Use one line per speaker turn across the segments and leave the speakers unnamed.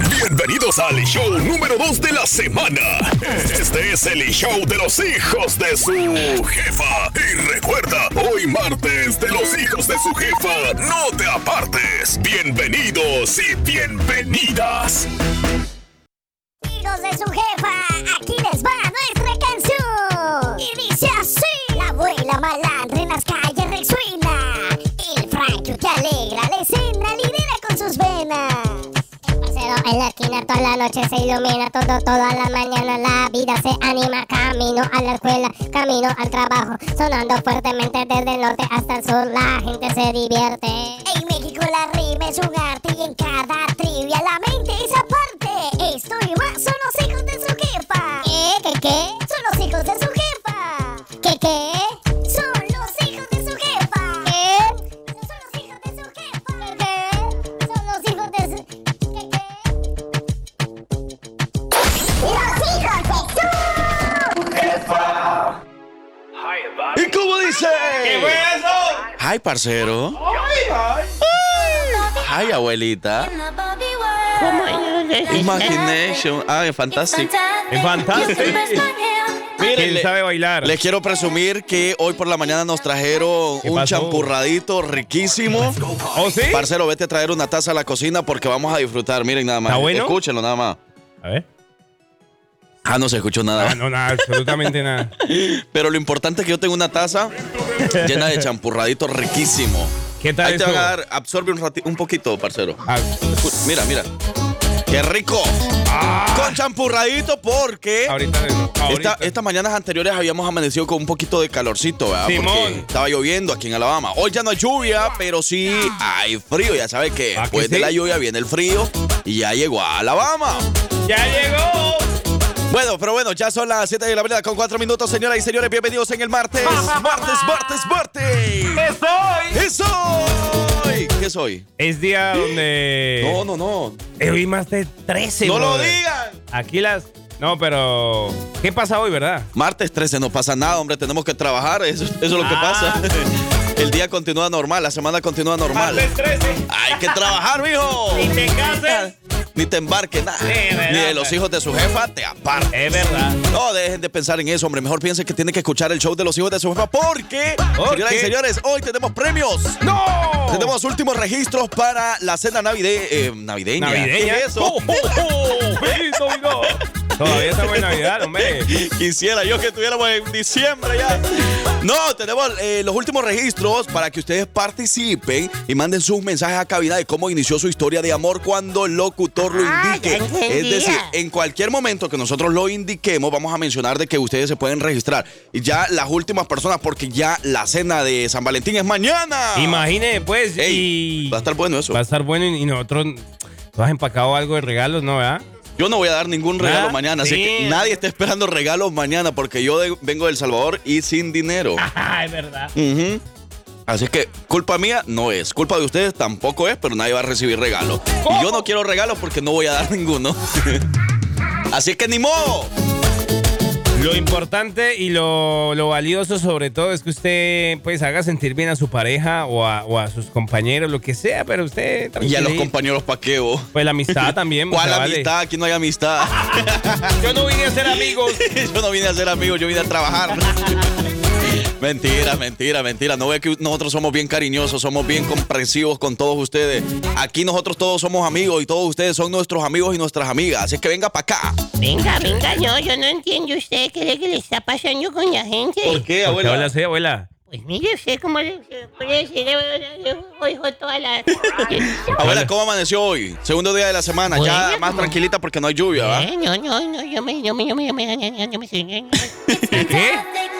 Bienvenidos al show número 2 de la semana. Este es el show de los hijos de su jefa. Y recuerda, hoy martes de los hijos de su jefa, no te apartes. Bienvenidos y bienvenidas.
Hijos de su jefa, aquí les va nuestra canción. Y dice así: La abuela malandra en las calles resuena. El Frankie que alegra la escena, lidera con sus venas.
Pero en la esquina toda la noche se ilumina todo, toda la mañana la vida se anima. Camino a la escuela, camino al trabajo, sonando fuertemente desde el norte hasta el sur. La gente se divierte.
En México la rima es un arte y en cada trivia la mente es aparte. Esto y más son los hijos de su jefa.
¿Qué? ¿Qué? ¿Qué?
Son los hijos de su jefa.
¿Qué? ¿Qué?
Son los hijos de su jefa.
¿Qué?
Son los hijos de su jefa.
¿Qué? Son los hijos de... su- ¿Qué? ¿Qué?
Los hijos de su
¿Eh?
¿Y cómo dice?
¿Qué fue eso?
Ay, parcero. Ay, abuelita. Imagination. Ay, fantástico.
Es fantástico. ¿Quién sabe bailar?
Les quiero presumir que hoy por la mañana nos trajeron
¿Qué
un
pasó?
champurradito riquísimo.
¿Oh, sí?
Parcero, vete a traer una taza a la cocina porque vamos a disfrutar. Miren nada más.
¿Está bueno?
Escúchenlo nada más.
A ver.
Ah, no se escuchó nada.
Ah, no, nada, absolutamente nada.
Pero lo importante es que yo tengo una taza llena de champurradito riquísimo.
¿Qué tal
Ahí te
eso?
van a dar, absorbe un, rati- un poquito, parcero.
Ah,
Pu- Mira, mira. ¡Qué rico! Con champurradito porque
Ah. ahorita. ahorita.
esta- estas mañanas anteriores habíamos amanecido con un poquito de calorcito, ¿verdad? Porque
Simón.
estaba lloviendo aquí en Alabama. Hoy ya no hay lluvia, pero sí hay frío. Ya sabes que
¿Ah, que
después de
sí?
la lluvia viene el frío y ya llegó a Alabama.
¡Ya llegó!
Bueno, pero bueno, ya son las 7 de la mañana con 4 minutos, señoras y señores. Bienvenidos en el martes. Martes, martes, martes.
soy?
¿Qué soy? ¿Qué soy?
Es día donde.
No, no, no.
Eh, Hoy más de 13.
¡No lo
brother.
digan!
Aquí las. No, pero. ¿Qué pasa hoy, verdad?
Martes 13 no pasa nada, hombre, tenemos que trabajar, eso, eso es lo que
Ah.
pasa. El día continúa normal, la semana continúa normal.
13.
Hay que trabajar, mijo.
Ni te cases.
Ni te embarques, nada.
Sí, verdad,
Ni de los
hombre.
hijos de su jefa te apartes.
Es verdad.
No dejen de pensar en eso, hombre. Mejor piensen que tienen que escuchar el show de los hijos de su jefa porque,
¿Por
señoras y
qué? Oh.
señores, hoy tenemos premios.
¡No!
Tenemos últimos registros para la cena navide- eh, navideña.
Navideña.
¿Qué es eso?
¡Oh, oh, oh! ¡Feliz domingo! Todavía estamos en Navidad, hombre.
Quisiera yo que estuviéramos en diciembre ya. No, tenemos eh, los últimos registros para que ustedes participen y manden sus mensajes a cabina de cómo inició su historia de amor cuando el locutor lo
Ah, ya
indique.
entendí.
es decir, en cualquier momento que nosotros lo indiquemos, vamos a mencionar de que ustedes se pueden registrar. Y ya las últimas personas, porque ya la cena de San Valentín es mañana.
Imagine, pues.
Ah. Ey,
y...
va a estar bueno eso.
Va a estar bueno y y nosotros. ¿Tú has empacado algo de regalos, no, verdad?
Yo no voy a dar ningún regalo
Nada,
mañana, así
sí.
que nadie está esperando regalos mañana porque yo de- vengo del Salvador y sin dinero.
Ah, es verdad.
Ujú. Así que culpa mía no es, culpa de ustedes tampoco es, pero nadie va a recibir regalos. Y yo no quiero regalos porque no voy a dar ninguno. Así que ni modo.
Lo importante y lo, lo valioso sobre todo es que usted pues haga sentir bien a su pareja o a, o a sus compañeros, lo que sea, pero usted
Y a los
tranquilito.
compañeros paqueo.
Pues la amistad también.
¿Cuál
se vale.
amistad? Aquí no hay amistad.
Yo no vine a ser amigos.
yo no vine a ser amigo, yo vine a trabajar. mentira, mentira, mentira. No ve que nosotros somos bien cariñosos, somos bien comprensivos con todos ustedes. Aquí nosotros todos somos amigos y todos ustedes son nuestros amigos y nuestras amigas. Así que venga para acá.
Venga, venga, no, yo no entiendo usted qué es lo que le está pasando con la gente.
qué,
Porque Hola, sí, abuela.
Pues mire usted cómo le se puede decir, oigo todas las...
Abuela, ¿cómo amaneció hoy? Segundo día de la semana, ya
Bueno,
más
como-
tranquilita porque no hay lluvia, ¿va?
Eh, No, no, no, yo me, yo me, yo me, yo me, yo me, yo me- yo me-
¿Qué?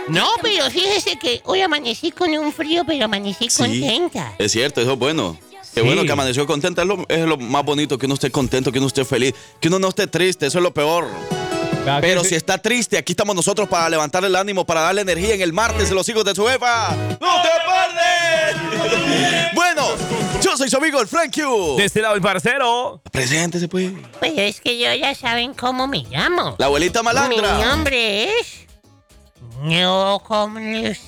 No, pero fíjese que hoy amanecí con un frío, pero amanecí
Sí.
contenta.
Es cierto, eso es bueno. Qué
Sí.
bueno que amaneció contenta, es lo, es lo más bonito, que uno esté contento, que uno esté feliz, que uno no esté triste, eso es lo peor.
Ah,
Pero
¿qué?
si está triste, aquí estamos nosotros para levantarle el ánimo, para darle energía en el martes de los hijos de su jefa. ¡No te perdes! bueno, yo soy su amigo el Frank Q.
De este lado el parcero.
Preséntese, pues.
Pero es que yo ya saben cómo me llamo.
La abuelita
Mi
malandra.
nombre es... Neocomlus.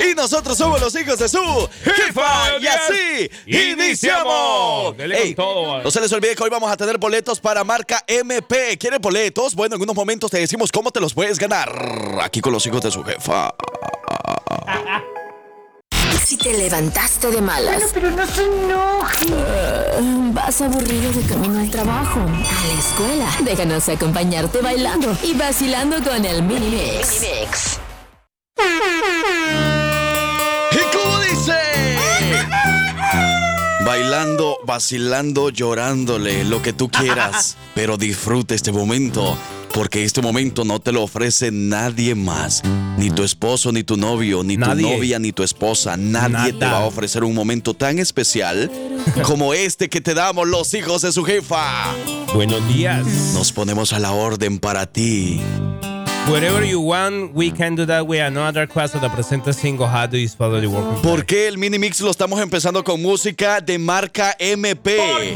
Y nosotros somos los hijos de su jefa. Y así iniciamos.
Dele con todo,
no se les olvide que hoy vamos a tener boletos para marca MP. ¿Quieren boletos? Bueno, en unos momentos te decimos cómo te los puedes ganar. Aquí con los hijos de su jefa.
Si te levantaste de malas. Bueno, pero no se enoje. Vas aburrido de camino al trabajo, a la escuela. Déjanos acompañarte bailando y vacilando con el mini mix.
¿Y cómo dice? Bailando, vacilando, llorándole, lo que tú quieras. Pero disfruta este momento, porque este momento no te lo ofrece nadie más. Ni tu esposo, ni tu novio, ni tu
Nadie.
novia, ni tu esposa. Nadie te
Nada.
va a ofrecer un momento tan especial como este que te damos los hijos de su jefa.
Buenos días.
Nos ponemos a la orden para ti.
Whatever you want, we can do that with another class of the present single how do you spell the work.
¿Por qué el mini mix lo estamos empezando con música de marca MP? ¿Por qué?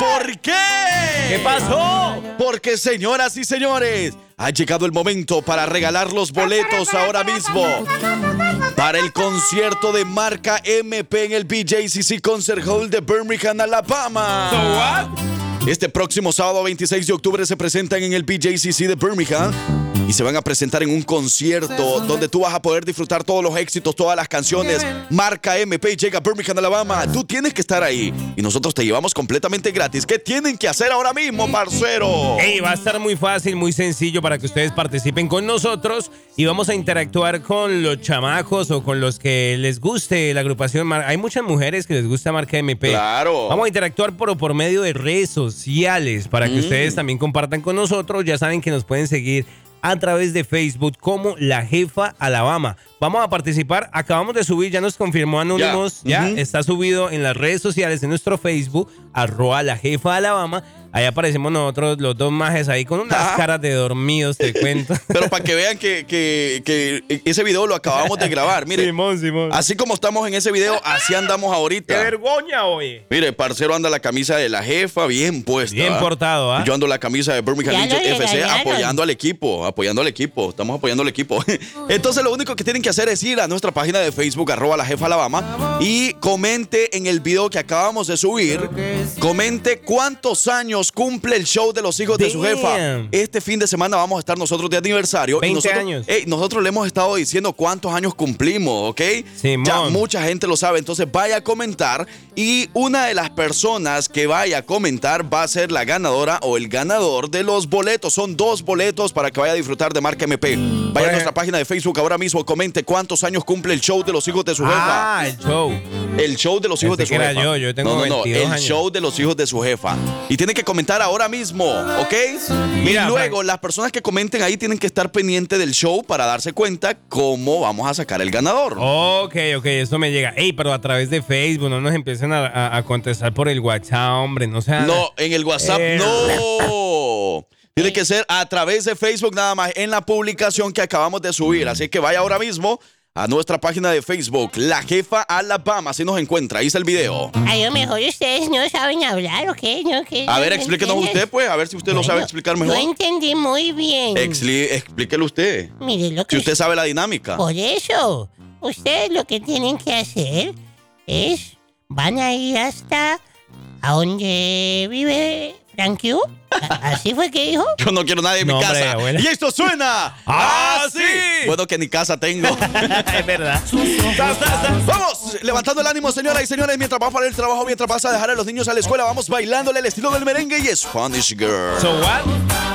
¿Por qué?
¿Qué pasó?
Porque señoras y señores, ha llegado el momento para regalar los boletos ahora mismo para el concierto de marca MP en el BJCC Concert Hall de Birmingham, Alabama. Este próximo sábado 26 de octubre se presentan en el BJCC de Birmingham y se van a presentar en un concierto donde tú vas a poder disfrutar todos los éxitos, todas las canciones. Marca MP llega a Birmingham, Alabama. Tú tienes que estar ahí y nosotros te llevamos completamente gratis. ¿Qué tienen que hacer ahora mismo, parcero?
Ey, va a estar muy fácil, muy sencillo para que ustedes participen con nosotros y vamos a interactuar con los chamacos o con los que les guste la agrupación. Mar- Hay muchas mujeres que les gusta marca MP.
Claro.
Vamos a interactuar por, por medio de redes sociales para que ustedes también compartan con nosotros. Ya saben que nos pueden seguir a través de Facebook como La Jefa Alabama. Vamos a participar. Acabamos de subir, ya nos confirmó Anónimos. Ya,
Ujú.
está subido en las redes sociales, en nuestro Facebook, arroba La Jefa Alabama. Ahí aparecemos nosotros, los dos majes ahí con unas
Ah.
caras de dormidos, te cuento.
Pero para que vean que, que- que ese video lo acabamos de grabar. Mire,
Simón, Simón.
así como estamos en ese video, así andamos
¡Qué
ahorita.
vergüenza, oye!
Mire, parcero anda la camisa de la jefa bien puesta.
Bien
¿ah?
portado, ¿ah?
Yo ando la camisa de Birmingham
Ya
Legion
lo
FC
regañaron.
apoyando al equipo, apoyando al equipo, estamos apoyando al equipo. Entonces lo único que tienen que hacer es ir a nuestra página de Facebook, arroba la jefa Alabama, y comente en el video que acabamos de subir, comente cuántos años cumple el show de los hijos de su jefa.
Damn.
Este fin de semana vamos a estar nosotros de aniversario.
20
nosotros,
años.
Ey, nosotros le hemos estado diciendo cuántos años cumplimos, ¿ok?
Simón.
Ya mucha gente lo sabe, entonces vaya a comentar y una de las personas que vaya a comentar va a ser la ganadora o el ganador de los boletos. Son dos boletos para que vaya a disfrutar de Marca MP. Vaya a
Bueno.
nuestra página de Facebook ahora mismo, comente cuántos años cumple el show de los hijos de su jefa.
Ah, el show.
El show de los hijos de
Pensé
su
que era
jefa.
yo, yo tengo
no, no, no,
22
el
años.
show de los hijos de su jefa. Y tiene que comentar ahora mismo, ¿ok?
Mira,
y luego
Frank.
las personas que comenten ahí tienen que estar pendientes del show para darse cuenta cómo vamos a sacar el ganador.
Ok, ok, eso me llega. Ey, pero a través de Facebook, no nos empiecen a, a- a contestar por el WhatsApp, hombre, no sea.
No, en el WhatsApp
Eh.
no. Tiene que ser a través de Facebook nada más en la publicación que acabamos de subir. Así que vaya ahora mismo a nuestra página de Facebook, La Jefa Alabama, así nos encuentra. Ahí está el video.
A lo mejor ustedes no saben hablar, ¿o qué? ¿No? ¿Qué?
A ver,
¿Me
explíquenos
entiendes?
usted, pues, a ver si usted lo sabe
Bueno,
explicar
Yo
mejor.
entendí muy bien.
Exli- Explíquelo usted.
Mire lo que
Si usted sabe la dinámica.
Por eso, ustedes lo que tienen que hacer es van a ir hasta a donde vive Frankie. Así fue que dijo.
Yo no quiero nadie en
No,
mi
hombre,
casa.
abuela.
y esto suena
¡Ah, sí!
Bueno, que ni casa tengo.
es verdad.
Vamos, levantando el ánimo, señoras y señores, mientras vas para el trabajo, mientras vas a dejar a los niños a la escuela, vamos bailándole el estilo del merengue y Spanish Girl.
So what?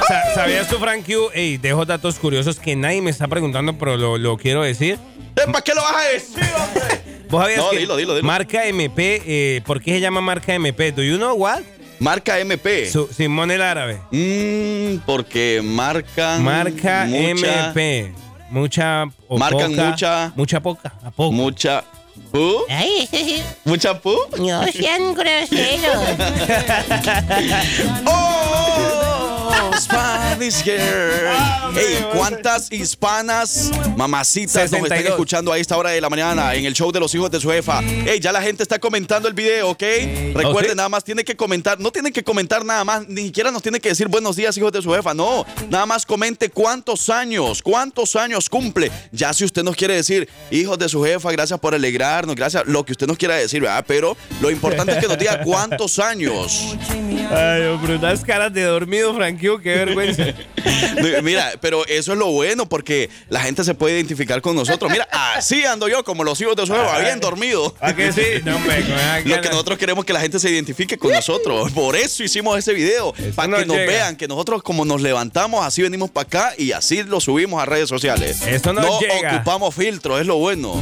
Sa- ¿Sabías tú, Frank Q? Ey, dejo datos curiosos que nadie me está preguntando, pero lo, lo quiero decir.
¿Para qué lo vas a decir, hombre?
¿Vos sabías
No,
que
dilo, dilo, dilo.
marca MP, eh, ¿por qué se llama marca MP? ¿Do you know what?
Marca MP.
Su- Simón el árabe.
Mm, porque marcan.
Marca
mucha,
MP. Mucha o
Marcan
poca-
mucha-
Mucha poca. A poco.
Mucha. ¿Pu?
Eh.
Ay, ese sí.
¿Mucha pu?
No sean groseros.
¡Oh! Spanish Girl. Ey, ¿cuántas hispanas mamacitas nos están
62.
escuchando a esta hora de la mañana en el show de los hijos de su jefa? Ey, ya la gente está comentando el video, ¿ok? Recuerden,
¿sí?
nada más tienen que comentar, no tienen que comentar nada más, ni siquiera nos tienen que decir buenos días, hijos de su jefa, no. Nada más comente cuántos años, cuántos años cumple. Ya si usted nos quiere decir, hijos de su jefa, gracias por alegrarnos, gracias, lo que usted nos quiera decir, ¿verdad? Pero lo importante es que nos diga cuántos años.
Ay, hombre, unas caras de dormido, Frankie, qué vergüenza.
No, Mira, pero eso es lo bueno porque la gente se puede identificar con nosotros. Mira, así ando yo, como los hijos de su jefa, bien dormido.
¿A que sí? No, hombre, con esas
Lo que
ganas.
nosotros queremos es que la gente se identifique con nosotros. Por eso hicimos ese video. Para que
nos
nos
llega.
vean que nosotros como nos levantamos, así venimos para acá y así lo subimos a redes sociales.
Eso nos
no
llega.
ocupamos filtro, es lo bueno.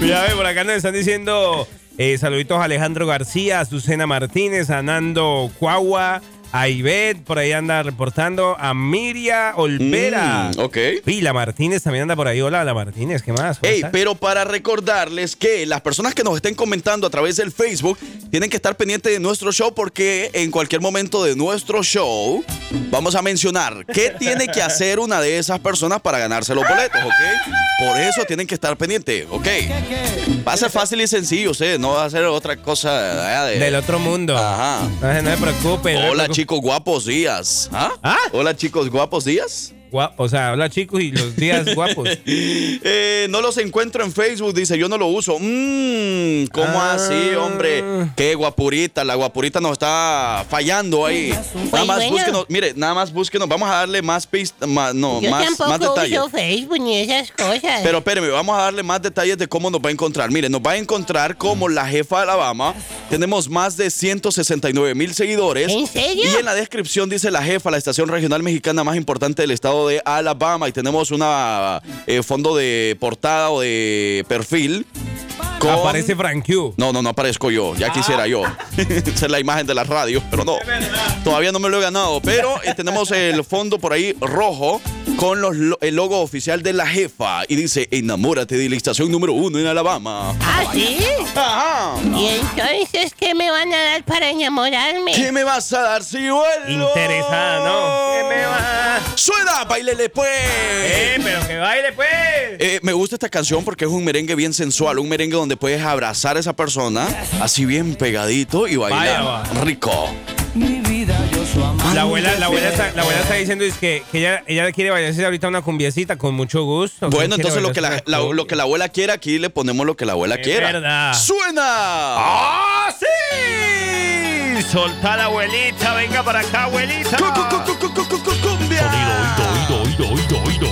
Mira, ve, por acá nos están diciendo eh, saluditos a Alejandro García, a Susana Martínez, a Nando Cuagua, a Ivette, por ahí anda reportando, a Miria Olvera.
Mm, ok.
Y la Martínez también anda por ahí. Hola, la Martínez, ¿qué más? ¿Cómo
Ey,
estás?
pero para recordarles que las personas que nos estén comentando a través del Facebook tienen que estar pendientes de nuestro show porque en cualquier momento de nuestro show vamos a mencionar qué tiene que hacer una de esas personas para ganarse los boletos, ¿ok? Por eso tienen que estar pendientes, ¿ok? Va a ser fácil y sencillo, ustedes no va a ser otra cosa allá de-
Del otro mundo.
Ajá.
No, se- no se preocupen. no se
Hola
preocupen.
chicos guapos días. ¿Ah?
¿Ah?
Hola chicos guapos días.
Gua- O sea, hola chicos y los días guapos.
Eh, no los encuentro en Facebook, dice, yo no lo uso. Mmm, ¿cómo
Ah.
así, hombre? Qué guapurita, la guapurita nos está fallando ahí. Nada
Pues
más
bueno.
búsquenos, mire, nada más búsquenos, vamos a darle más pistas, más, no,
Yo
más,
tampoco
más detalles.
uso Facebook ni esas cosas.
Pero espérame, vamos a darle más detalles de cómo nos va a encontrar. Mire, nos va a encontrar como la jefa de Alabama. Tenemos más de 169 mil seguidores.
¿En serio?
Y en la descripción dice la jefa, la estación regional mexicana más importante del estado de Alabama. Y tenemos una eh, fondo de portada o de perfil. con-
Aparece Frank Q.
No, no, no aparezco yo.
Ah.
Ya quisiera yo. Esa es la imagen de la radio, pero no. Todavía no me lo he ganado. Pero eh, tenemos el fondo por ahí rojo con los lo- el logo oficial de la jefa. Y dice, enamórate de la estación número uno en Alabama. Oh.
¿Ah, sí?
Ajá.
¿Y entonces qué me van a dar para enamorarme?
¿Qué me vas a dar si vuelvo?
Interesada, ¿no? ¿Qué me va?
¡Suena! ¡Bailele pues!
¡Eh, pero que baile, pues!
Eh, me gusta esta canción porque es un merengue bien sensual, un merengue donde puedes abrazar a esa persona así bien pegadito y bailar
Vaya,
rico.
La abuela, la
Eh.
abuela, está, la abuela está diciendo es que, que ella, ella quiere bailarse ahorita una cumbiecita con mucho gusto.
Bueno,
Quiere
entonces lo que, la,
bailarse
la-
una
lo que la abuela quiera, aquí le ponemos lo que la abuela
Es
quiera.
verdad.
¡Suena!
¡Ah, sí! Soltá la abuelita, venga para acá, abuelita.
Cu- cu- cu- cu- cu- cu- cu- ¡Cumbia! Ah.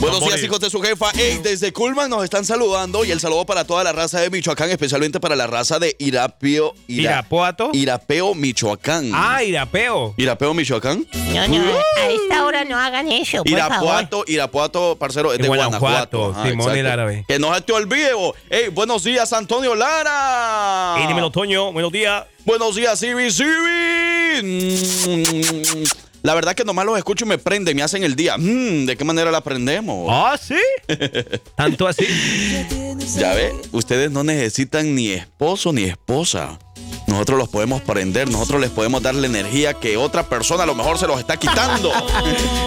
Buenos días, hijos de su jefa. Ey, desde Culman nos están saludando y el saludo para toda la raza de Michoacán, especialmente para la raza de Irapio, Ira-
Irapuato.
Irapeo, Michoacán.
Ah, irapeo.
¿Irapeo, Michoacán?
No, no, a esta hora no hagan eso, por favor.
Irapuato, Irapuato, parcero, es
De
de
Guanajuato,
Guanajuato. Ajá,
Simón el Árabe.
Que no se te olvide, bo. Ey, buenos días, Antonio Lara.
Y dímelo, Toño. Buenos días.
Buenos días, Sibi, Sibi. Mm. La verdad que nomás los escucho y me prenden, me hacen el día. Mm, ¿De qué manera la aprendemos?
Ah, sí. Tanto así.
Ya ve, ustedes no necesitan ni esposo ni esposa. Nosotros los podemos prender, nosotros les podemos dar la energía que otra persona a lo mejor se los está quitando.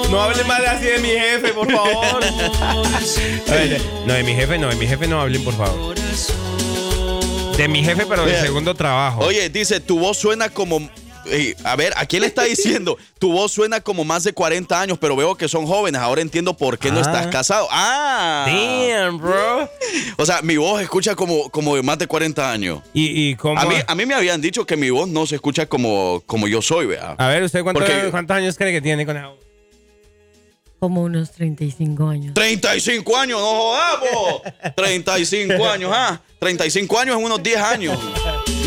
No hable más así de mi jefe, por favor. no, de mi jefe no, de mi jefe no hablen, por favor. De mi jefe, pero del
Oye.
segundo trabajo.
Oye, dice, tu voz suena como... Ey, a ver, ¿a quién le está diciendo? Tu voz suena como más de 40 años, pero veo que son jóvenes. Ahora entiendo por qué no
Ah.
estás casado. Ah.
Damn, bro.
O sea, mi voz escucha como, como de más de 40 años.
Y, y cómo.
A mí, a mí me habían dicho que mi voz no se escucha como, como yo soy, vea.
A ver, ¿usted cuánto-
Porque-
cuántos años cree que tiene con la
Como unos 35 años.
35 años, no jodamos. 35 años, ah. 35 años en unos 10 años.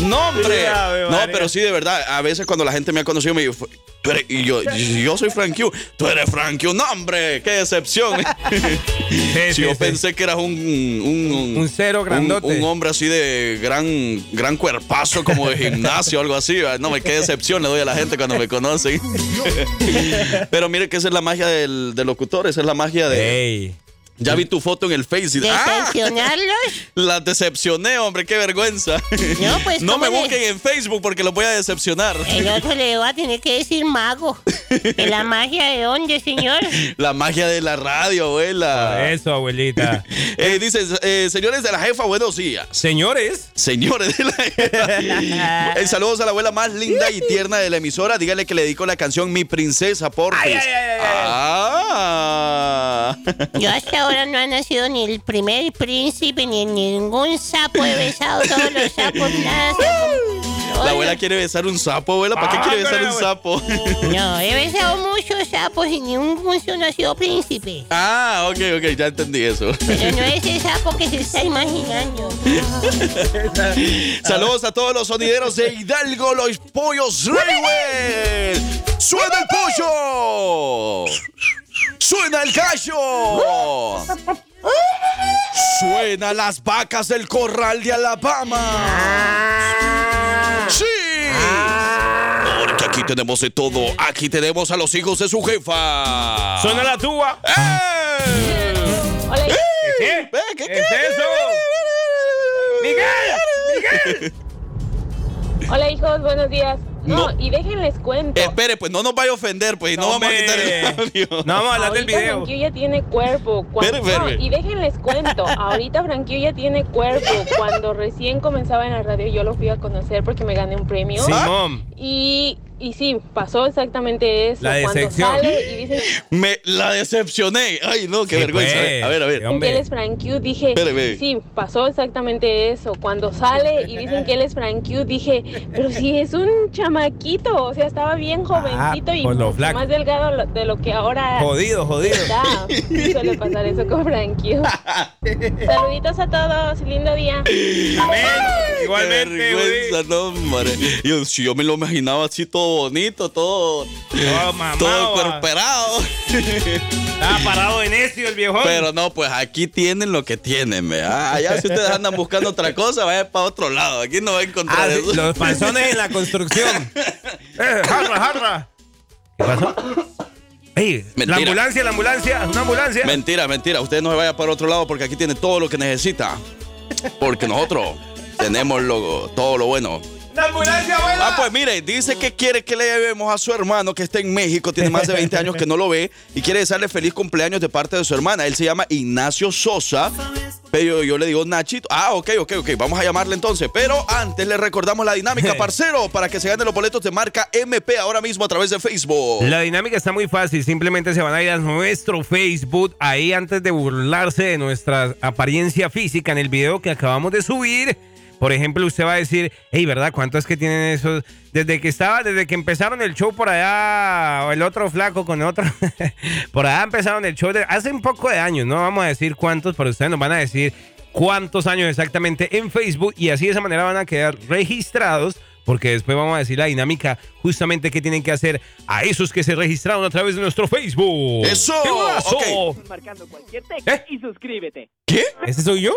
No, hombre.
Sí, Ave
No,
María.
pero sí, de verdad. A veces cuando la gente me ha conocido, me dice, "Tú eres-" y yo, yo soy Frank Q. Tú eres Frank Q. No, hombre, qué decepción.
Sí,
Si
sí,
yo
sí.
pensé que eras un, un,
Un cero grandote.
Un, un hombre así de gran, gran cuerpazo, como de gimnasio o algo así. ¿verdad? No, me qué decepción le doy a la gente cuando me conocen.
Eh.
Pero mire que esa es la magia del, del locutor, esa es la magia de,
Ey.
Ya vi tu foto en el Face y ¡Ah!
¿Decepcionarlos?
La decepcioné, hombre, qué vergüenza.
No, pues,
No me
¿cómo le- Eh.
busquen en Facebook porque los voy a decepcionar.
El otro le va a tener que decir mago. ¿De la magia de dónde, señor?
La magia de la radio, abuela.
Eso, abuelita.
Eh, dice, eh, señores de la jefa, buenos días.
Señores,
Señores de la jefa. Eh, saludos a la abuela más linda y tierna de la emisora. Dígale que le dedico la canción Mi Princesa Porfis.
Ay, ay, ay, ay, ay.
Ah.
Yo hasta ahora no ha nacido ni el primer príncipe, ni ningún sapo. He besado todos los sapos, nada. sapo.
La abuela quiere besar un sapo, abuela.
Ah,
¿Para qué quiere besar un sapo?
Oh.
No, he besado muchos sapos y ningún se nació príncipe.
ah, ok, ok, ya entendí eso.
Pero no es el sapo que se está imaginando.
Saludos a todos los sonideros de Hidalgo, los pollos Raywell. ¡Suena el pollo! ¡Suena el gallo! ¡Suena las vacas del corral de Alabama! ¡Sí! Porque aquí tenemos de todo. Aquí tenemos a los hijos de su jefa.
suena la tuba.
¡Eh!
¿Qué?
¿Qué, qué,
¿Es eso? ¡Miguel! ¡Miguel!
Hola hijos, buenos días. No, y déjenles cuento.
Espere, pues no nos vaya a ofender, pues no, vamos a quitar el
Hombre.
audio.
No vamos a hablar del
Ahorita
video.
Frankie ya tiene cuerpo. Cuando,
Espere, espere.
No, y déjenles cuento. Ahorita Frankie ya tiene cuerpo. Cuando recién comenzaba en la radio yo lo fui a conocer porque me gané un premio.
Simón.
Y, y sí, pasó exactamente eso.
La
Cuando
decepción.
sale y dicen
Me la decepcioné. Ay, no, qué
Sí,
vergüenza. eh.
pues.
A ver, a ver.
Sí,
A ver.
hombre.
que él es Frankie, dije,
Espere, espere.
sí, pasó exactamente eso. Cuando sale y dicen que él es Frankie, dije, pero si es un chamaquito, o sea, estaba bien jovencito y
por lo
mucho
flaco.
más delgado lo- de lo que ahora
Jodido, jodido.
Da, suele pasar eso con Frankie. Saluditos a todos, lindo día.
Igualmente,
Qué vergüenza,
jodido.
no, hombre. Yo, si yo me lo imaginaba así todo bonito, todo,
Oh, mamá,
todo
va.
cuerperado.
Estaba parado en necio el viejón.
Pero no, pues aquí tienen lo que tienen, vea. Allá si ustedes andan buscando otra cosa, vaya para otro lado. Aquí no va a encontrar
Ah, sí,
eso.
los panzones en la construcción. Eh, jarra, jarra. ¿Qué pasó? Ey, la
Mentira.
ambulancia, la ambulancia, una ambulancia.
Mentira, mentira. Usted no se vaya para otro lado porque aquí tiene todo lo que necesita. Porque nosotros tenemos lo- todo lo bueno.
¡La ambulancia, abuela!
Ah, pues mire, dice que quiere que le llevemos a su hermano que está en México, tiene más de 20 años que no lo ve y quiere desearle feliz cumpleaños de parte de su hermana. Él se llama Ignacio Sosa, pero yo le digo Nachito. Ah, ok, ok, ok, vamos a llamarle entonces. Pero antes le recordamos la dinámica, parcero, para que se gane los boletos de marca MP ahora mismo a través de Facebook.
La dinámica está muy fácil, simplemente se van a ir a nuestro Facebook, ahí antes de burlarse de nuestra apariencia física en el video que acabamos de subir. Por ejemplo, usted va a decir, hey, ¿verdad? ¿Cuánto es que tienen esos? Desde que estaba, desde que empezaron el show por allá, o el otro flaco con otro, por allá empezaron el show de- hace un poco de años, no vamos a decir cuántos, pero ustedes nos van a decir cuántos años exactamente en Facebook y así de esa manera van a quedar registrados porque después vamos a decir la dinámica justamente que tienen que hacer a esos que se registraron a través de nuestro Facebook.
¡Eso!
¡Qué golazo!
Ok.
marcando cualquier texto
¿Eh?
y suscríbete.
¿Ese ¿Este soy yo?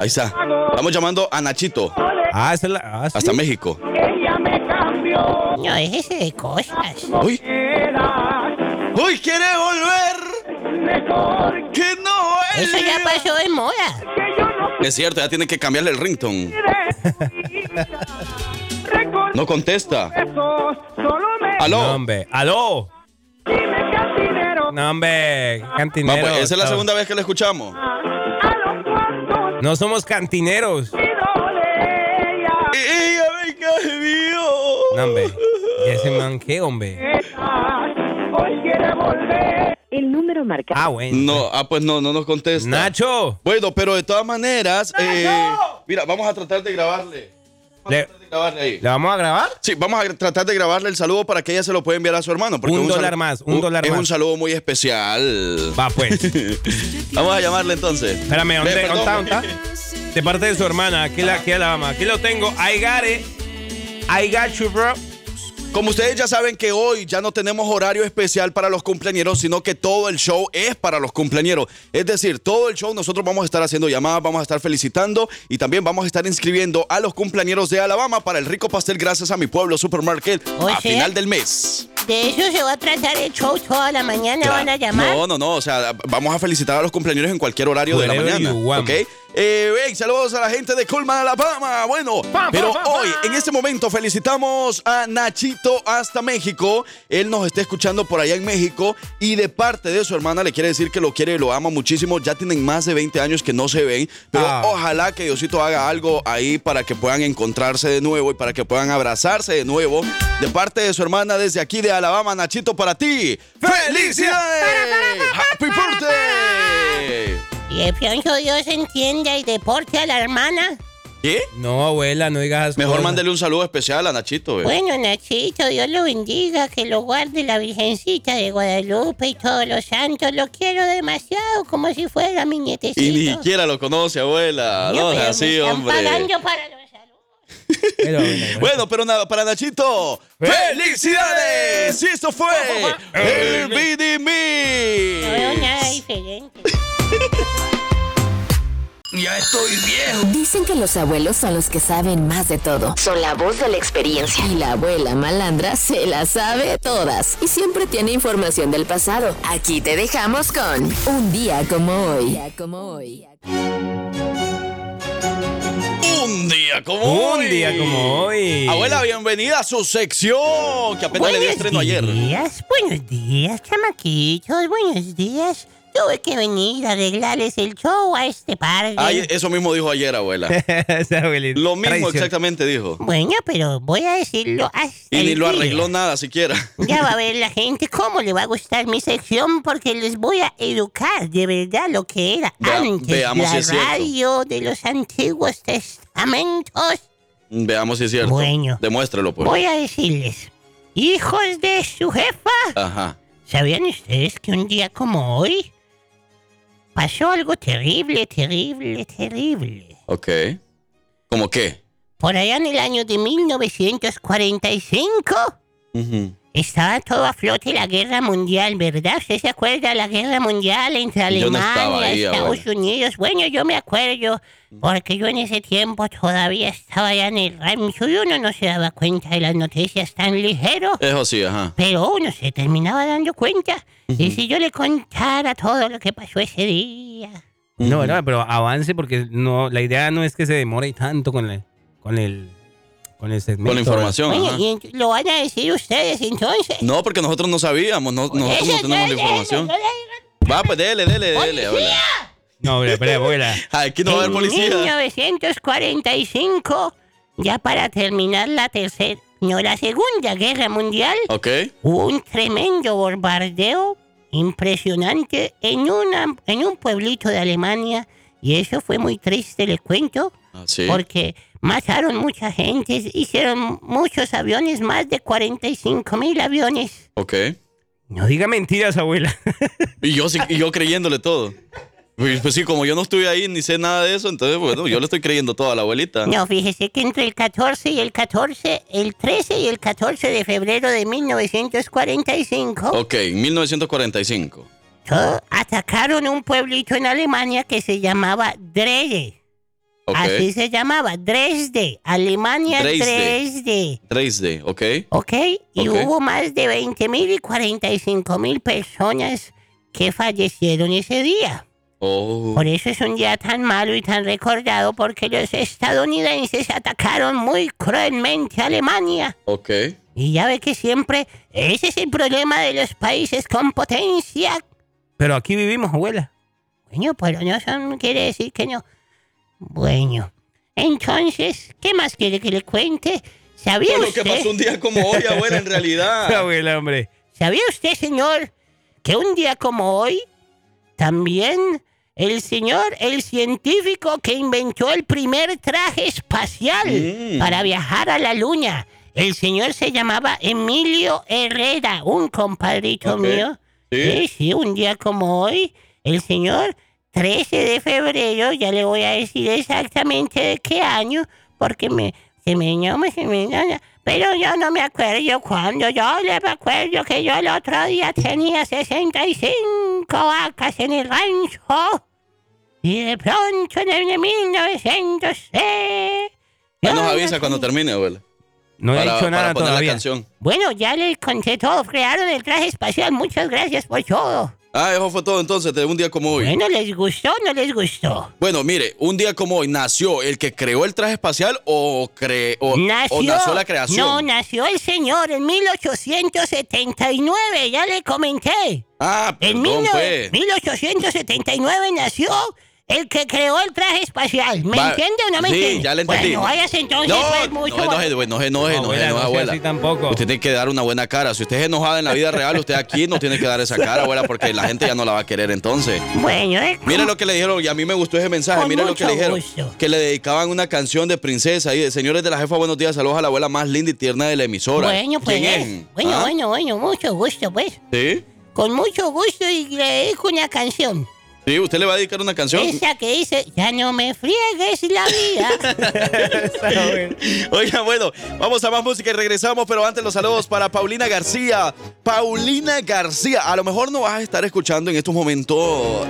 Ahí está. Estamos llamando a Nachito,
Ah, esa es la... ah, sí.
hasta México.
No, déjese de cosas.
¡Uy! ¡Uy, quiere volver! ¡Que no
Eso ya
vuelva!
pasó de moda.
Es cierto, ya tiene que cambiarle el ringtone. No contesta.
No,
Aló.
hombre. ¡Aló! No, hombre.
No,
Cantineros.
pues, esa es la
No.
segunda vez que la escuchamos.
No somos cantineros.
Ella me cae mío.
No, hombre. ¿Y ese man qué, hombre?
El número marcado.
Ah, bueno.
No, ah, pues no, no nos contesta.
Nacho.
Bueno, pero de todas maneras, eh, mira, vamos a tratar de grabarle. Vamos
Le-
a tratar de grabarle ahí.
¿La vamos a grabar?
Sí, vamos a tratar de grabarle el saludo para que ella se lo pueda enviar a su hermano. porque
Un
es
dólar
salu-
más, un dólar
es
más.
un saludo muy especial.
Va, pues.
Vamos a llamarle entonces.
Espérame, ¿dónde,
Ve,
dónde
perdón.
está? ¿Dónde está? De parte de su hermana, aquí la, aquí la ama. Aquí lo tengo. I got it. I got you, bro.
Como ustedes ya saben que hoy ya no tenemos horario especial para los cumpleañeros, sino que todo el show es para los cumpleañeros. Es decir, todo el show nosotros vamos a estar haciendo llamadas, vamos a estar felicitando y también vamos a estar inscribiendo a los cumpleañeros de Alabama para el rico pastel gracias a mi pueblo supermarket
Oye.
a final del mes.
De eso se va a tratar el show toda la mañana. Van a llamar.
No, no, no. O sea, vamos a felicitar a los cumpleaños en cualquier horario de la
Whatever
mañana.
you want.
¿Ok? Eh, hey, saludos a la gente de Colman, Alabama. Bueno,
pa,
pero
pa, pa.
hoy, en este momento, felicitamos a Nachito hasta México. Él nos está escuchando por allá en México y de parte de su hermana le quiere decir que lo quiere y lo ama muchísimo. Ya tienen más de 20 años que no se ven, pero
Ah.
ojalá que Diosito haga algo ahí para que puedan encontrarse de nuevo y para que puedan abrazarse de nuevo. De parte de su hermana desde aquí de Alabama, Nachito, para ti. ¡Felicidades! ¡Happy birthday!
Y de pronto Dios entienda y deporte a la hermana.
¿Qué?
No, abuela, no digas.
Mejor
cosas.
mándale un saludo especial a Nachito. bebé.
Bueno, Nachito, Dios lo bendiga, que lo guarde la Virgencita de Guadalupe y todos los santos. Lo quiero demasiado, como si fuera mi nietecito.
y ni siquiera lo conoce, abuela.
Yo,
No es
pero me
así,
están
hombre.
pagando para los saludos.
Pero, abuela,
Bueno, pero nada, para Nachito, ¡felicidades! Y esto fue el
No veo
BDM.
nada diferente.
Ya estoy viejo.
Dicen que los abuelos son los que saben más de todo. Son la voz de la experiencia. Y la abuela malandra se la sabe todas. Y siempre tiene información del pasado. Aquí te dejamos con Un día como hoy.
Un día como
Un
hoy.
día como hoy.
Abuela, bienvenida a su sección, que apenas le dio estreno ayer.
días, buenos días, chamaquitos, buenos días. Tuve que venir a arreglarles el show a este par. de-
Ay, eh. eso mismo dijo ayer, abuela.
Esa abuelita.
Lo mismo
Traición.
exactamente dijo.
Bueno, pero voy a decirlo hasta
Y ni
el
lo
día.
arregló nada siquiera.
Ya va a ver la gente cómo le va a gustar mi sección porque les voy a educar de verdad lo que era
Vea-
antes
veamos
la
si es cierto.
radio de los antiguos testamentos.
Veamos si es cierto.
Bueno.
Demuéstrelo, pues.
Voy a decirles, hijos de su jefa,
Ajá.
¿sabían ustedes que un día como hoy pasó algo terrible, terrible, terrible?
Ok. ¿Cómo qué?
Por allá en el año de 1945
Ujú.
Estaba todo a flote la guerra mundial, ¿verdad? ¿Usted se acuerda de la guerra mundial entre
Yo no
Alemania
estaba ahí, Mm.
y Estados
abuela.
Unidos? Bueno, yo me acuerdo, porque yo en ese tiempo todavía estaba allá en el rancho y uno no se daba cuenta de las noticias tan ligero,
Eso sí, ajá.
pero uno se terminaba dando cuenta. Y si yo le contara todo lo que pasó ese día.
No, ¿verdad? pero avance porque no, la idea no es que se demore tanto con, la- con el con el segmento.
Con la información,
Oye,
ajá.
¿y ent- ¿lo van a decir ustedes entonces?
No, porque nosotros no sabíamos, no, nosotros no
Eso
tenemos la
es-
información.
eso es-
Va, pues dele, dele, dele, abuela.
No, pero espera, abuela.
Aquí no va a haber
en
policía.
1945, ya para terminar la tercera, no la segunda guerra mundial,
Ok.
hubo un tremendo bombardeo impresionante en, una, en un pueblito de Alemania. Y eso fue muy triste, les cuento,
Ah, Sí.
porque mataron mucha gente, hicieron muchos aviones, más de 45 mil aviones.
Ok.
No diga mentiras, abuela.
Y yo, sí- y yo creyéndole todo. Pues, pues sí, como yo no estuve ahí ni sé nada de eso, entonces, bueno, yo le estoy creyendo todo a la abuelita.
No, fíjese que entre el 14 y el 14, el 13 y el 14 de febrero de 1945,
Ok, 1945.
Todo- atacaron un pueblito en Alemania que se llamaba Dresde.
Ok.
Así se llamaba, Dresde, Alemania Dresde.
Dresde. Dresde, ok.
¿Ok? Y
Ok.
hubo más de 20.000 y 45.000 personas que fallecieron ese día.
Oh.
Por eso es un día tan malo y tan recordado porque los estadounidenses atacaron muy cruelmente a Alemania.
Ok.
Y ya ve que siempre ese es el problema de los países con potencia,
Pero aquí vivimos, abuela.
Bueno, pero no son, quiere decir que no. Bueno, entonces, ¿qué más quiere que le cuente? ¿Sabía
Lo que
usted,
pasó un día como hoy, abuela, en realidad.
Abuela, hombre.
¿Sabía usted, señor, que un día como hoy, también el señor, el científico que inventó el primer traje espacial
Mm.
para viajar a la luna, el señor se llamaba Emilio Herrera, un compadrito
Ok.
mío.
Sí.
Sí, sí, un día como hoy, el señor 13 de febrero, ya le voy a decir exactamente de qué año, porque me, se me llama, se me llama, pero yo no me acuerdo cuándo, yo le me acuerdo que yo el otro día tenía 65 vacas en el rancho, y de pronto en el 1900... eh,
Ahí nos
yo
avisa
no
Pues cuando
sé.
termine, abuela.
No
para,
he hecho
para
nada
poner la
todavía.
canción.
Bueno, ya les conté todo. Crearon el traje espacial. Muchas gracias por todo.
Ah, eso fue todo entonces, de un día como hoy.
Bueno, ¿les gustó o no les gustó?
Bueno, mire, un día como hoy nació el que creó el traje espacial o, cre- o, o
Nació,
nació la creación.
No, nació el señor en 1879, ya le comenté.
ah,
En
perdón,
19-
pues.
1879 nació el que creó el traje espacial. ¿Me
Va-
entiende o no me
sí,
entiende?
ya le entendí.
Bueno, váyase entonces,
No,
pues,
no,
mucho.
se enoje, güey, no se enoje, no se
Abuela,
enoje,
no sea
abuela.
así tampoco.
Usted tiene que dar una buena cara. Si usted es enojada en la vida real, usted aquí no tiene que dar esa cara, abuela, porque la gente ya no la va a querer entonces.
Bueno, eh,
Mire lo que le dijeron, y a mí me gustó ese mensaje.
Con
Mire lo que
mucho
le dijeron.
gusto.
Que le dedicaban una canción de princesa y de señores de la jefa, buenos días, saludos a la abuela más linda y tierna de la emisora.
bueno, pues.
¿Quién
eh,
es?
Bueno,
¿Ah?
bueno, bueno, mucho gusto, pues.
¿Sí?
Con mucho gusto y le dedico una canción.
¿Sí? ¿Usted le va a dedicar una canción?
Esa que dice, ya no me friegues la vida.
Oiga, bueno, vamos a más música y regresamos, pero antes los saludos para Paulina García. Paulina García, a lo mejor no vas a estar escuchando en estos momentos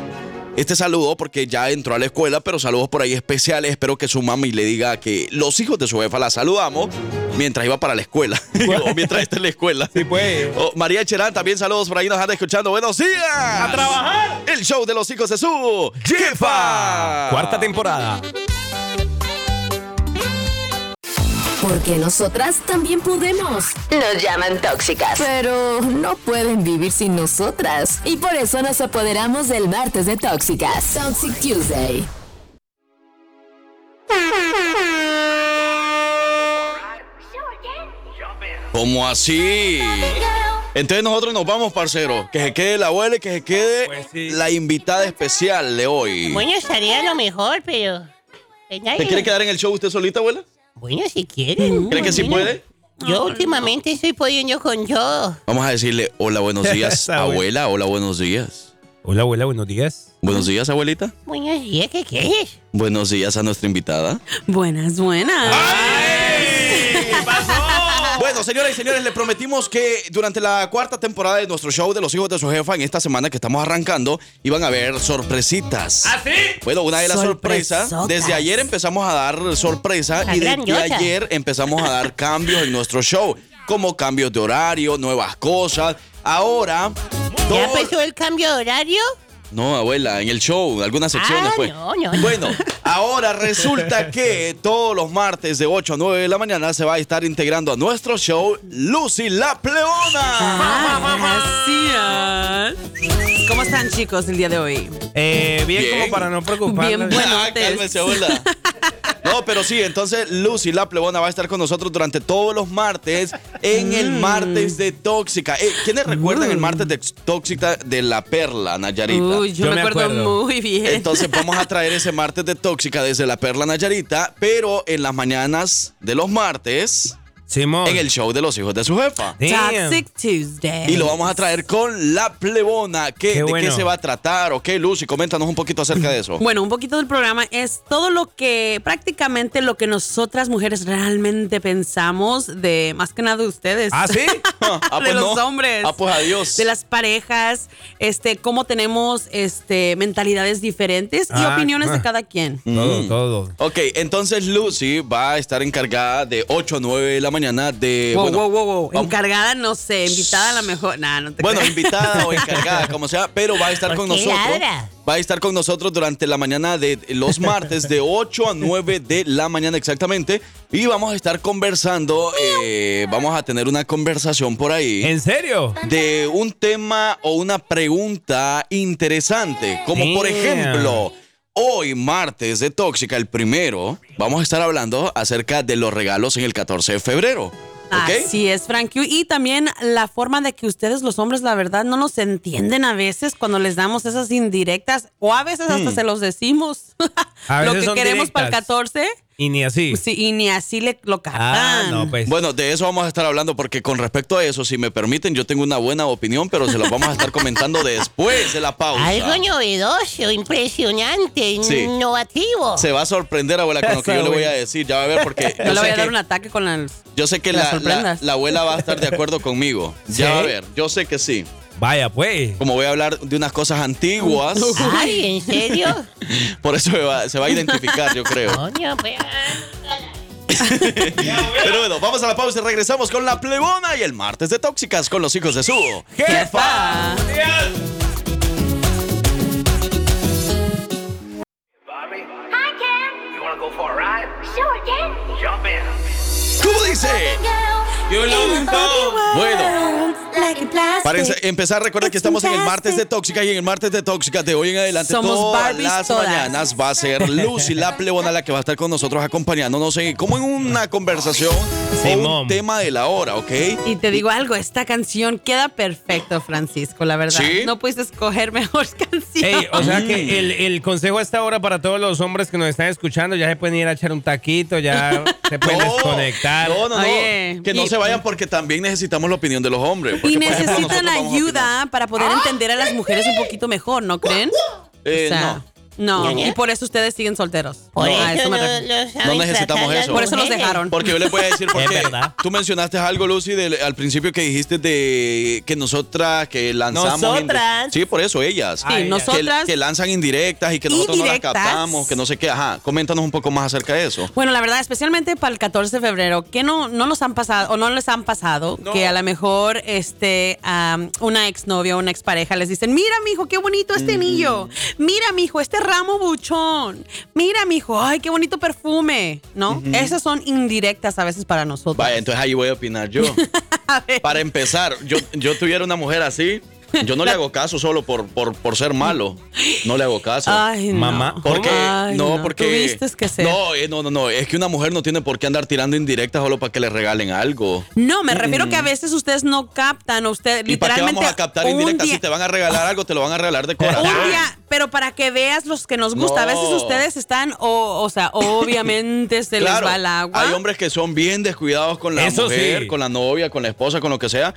este saludo porque ya entró a la escuela, pero saludos por ahí especiales. Espero que su mami le diga que los hijos de su jefa la saludamos mientras iba para la escuela o mientras está en la escuela.
Sí, pues.
Oh, María Cherán, también saludos por ahí, nos anda escuchando. ¡Buenos días! ¡A trabajar! El show de los hijos de su jefa.
Cuarta temporada.
Porque nosotras también podemos. Nos llaman tóxicas. Pero no pueden vivir sin nosotras. Y por eso nos apoderamos del martes de tóxicas. Toxic Tuesday.
¿Cómo así? Entonces nosotros nos vamos, parcero. Que se quede la abuela y que se quede
Pues sí.
la invitada especial de hoy.
bueno, estaría lo mejor, pero. pues,
¿Se
nadie-
quiere quedar en el show usted solita, abuela?
Bueno, si quieren. pues
¿Cree que sí
Bueno,
puede?
Yo últimamente estoy pudiendo con yo.
Vamos a decirle, hola, buenos días,
Esa abuela.
abuela. Hola, buenos días.
Hola, abuela, buenos días.
Buenos días, abuelita.
Buenos días, ¿qué quieres?
Buenos días a nuestra invitada.
Buenas, buenas.
Bueno, señoras y señores, les prometimos que durante la cuarta temporada de nuestro show de los hijos de su jefa, en esta semana que estamos arrancando, iban a haber sorpresitas. ¿Ah, sí? Bueno, una de las sorpresas,
Sorpresotas.
desde ayer empezamos a dar sorpresa
La
y desde
gran yocha.
ayer empezamos a dar cambios en nuestro show, como cambios de horario, nuevas cosas. Ahora... todo-
¿Ya empezó el cambio de horario?
no, abuela, en el show, algunas secciones,
Ah,
pues.
no, no, no.
Bueno, ahora resulta que todos los martes de 8 a 9 de la mañana se va a estar integrando a nuestro show Lucy la
Ah,
Pleona.
Gracias. ¿Cómo están, chicos, el día de hoy?
Eh, bien,
Bien.
como para no preocuparnos.
Bien, bueno.
Ah, cálmese, abuela. No, pero sí, entonces Lucy la Plebona va a estar con nosotros durante todos los martes en el
Mm.
martes de Tóxica. Eh, ¿Quiénes recuerdan el martes de Tóxica de la Perla, Nayarita?
Uy, yo,
Yo me
me acuerdo,
acuerdo.
muy bien.
Entonces vamos a traer ese martes de tóxica desde la Perla Nayarita, pero en las mañanas de los martes
Simón.
en el show de los hijos de su jefa.
Damn.
Toxic Tuesday.
Y lo vamos a traer con la plebona. ¿Qué,
Qué
¿De qué
bueno.
se va a tratar? ¿O qué, Lucy? Coméntanos un poquito acerca de eso.
Bueno, un poquito del programa es todo lo que, prácticamente lo que nosotras mujeres realmente pensamos de, más que nada de ustedes.
¿Ah, sí?
Ah,
de
pues
los
no.
hombres.
Ah, pues adiós.
De las parejas, este, cómo tenemos este, mentalidades diferentes y
Ah,
opiniones
ah.
de cada quien.
Mm.
Todo, todo.
Ok, entonces Lucy va a estar encargada de 8 a 9 de la mañana de...
wow,
bueno,
wow, wow, wow.
vamos-
Encargada, no sé, invitada a la mejor. Nah, no te
Bueno,
creas.
invitada o encargada, como sea, pero va a estar
¿Por
con
qué
nosotros.
ladra?
Va a estar con nosotros durante la mañana de los martes de 8 a 9 de la mañana exactamente. Y vamos a estar conversando, eh, vamos a tener una conversación por ahí
¿En serio?
de un tema o una pregunta interesante, como por
Damn.
ejemplo... Hoy, martes de Tóxica, el primero, vamos a estar hablando acerca de los regalos en el 14 de febrero. ¿Ok?
Así es, Frankie. Y también la forma de que ustedes, los hombres, la verdad, no nos entienden a veces cuando les damos esas indirectas o a veces hasta se los decimos.
Hmm. A
lo
veces
que
son
queremos para el
directas.
14
Y ni así.
sí, y ni así le, lo captan.
Ah, no, pues.
Bueno, de eso vamos a estar hablando porque con respecto a eso, si me permiten, yo tengo una buena opinión, pero se lo vamos a estar comentando después de la pausa.
Algo novedoso, impresionante,
Sí.
innovativo.
Se va a sorprender, abuela, con lo que yo le voy a
Esa,
decir. Ya va a ver porque
Yo
yo
le voy
sé
a dar
que,
un ataque con las...
yo sé que
las
la, la-
sorprendas.
la abuela va a estar de acuerdo conmigo. Ya
¿Sí?
va a ver, yo sé que sí.
Vaya, pues.
Como voy a hablar de unas cosas antiguas,
Ay, ¿en serio?
por eso se va, se va a identificar, yo creo.
Coño, pues.
Pero bueno, vamos a la pausa y regresamos con la plebona y el martes de tóxicas con los hijos de su jefa.
Sure, Jen.
¿Cómo dice? Bueno, parece empezar, recuerda que estamos en el martes de tóxica y en el martes de tóxica de hoy en adelante
Somos
todas
Barbies
las
todas.
mañanas va a ser Lucy la plebona la que va a estar con nosotros acompañándonos en, como en una conversación o un tema de la hora, ¿ok?
Y te digo algo, esta canción queda perfecto, Francisco, la verdad.
¿Sí?
No puedes escoger mejor canción.
Ey, o sea
Mm.
que el, el consejo a esta hora para todos los hombres que nos están escuchando, ya se pueden ir a echar un taquito, ya se pueden desconectar.
No, no, no.
Oye,
que no
y-
se vayan porque también necesitamos la opinión de los hombres. porque,
Y
por ejemplo,
necesitan
nosotros vamos a
ayuda para poder
¡Ah!
entender a las mujeres un poquito mejor, ¿no creen?
Eh,
O sea, no. Y por eso ustedes siguen solteros.
Por
A
eso
me
no-
refiero.
No necesitamos eso.
Por eso los dejaron.
Porque yo les voy a decir por
Es
qué.
verdad.
Tú mencionaste algo, Lucy, del- al principio que dijiste de que nosotras que lanzamos.
Nosotras.
indi- Sí, por eso ellas.
Sí,
Que-
nosotras.
Que, lanzan indirectas y que nosotros
Indirectas.
no las captamos, que no sé qué. Ajá, coméntanos un poco más acerca de eso.
Bueno, la verdad, especialmente para el 14 de febrero, que no, no nos han pasado o no les han pasado que a lo mejor este, am, una exnovia o una expareja les dicen, mira, mijo, qué bonito
Mm.
este anillo. Mira, mijo, este ramo buchón. Mira, mijo, ay, qué bonito perfume. ¿No?
Ujú.
Esas son indirectas a veces para nosotros.
Vaya, entonces ahí voy a opinar yo. Para empezar, yo, yo tuviera una mujer así. Yo no le hago caso solo por, por, por ser malo. No le hago caso.
Ay, no. Mamá,
Porque,
¿cómo? Ay,
no,
no.
porque.
Tuviste que ser.
No, eh, no, no, no. Es que una mujer no tiene por qué andar tirando indirectas solo para que le regalen algo.
No, me
Mm-mm.
refiero que a veces ustedes no captan, ustedes
Mm. ¿Y para qué
literalmente
vamos a captar
un
indirectas?
día-
Si te van a regalar algo, te lo van a regalar de corazón.
Un día, pero para que veas los que nos gusta. A veces
No.
ustedes están, o, o sea, obviamente se les
Claro,
va el agua.
Hay hombres que son bien descuidados con la
Eso
mujer,
sí.
con la novia, con la esposa, con lo que sea.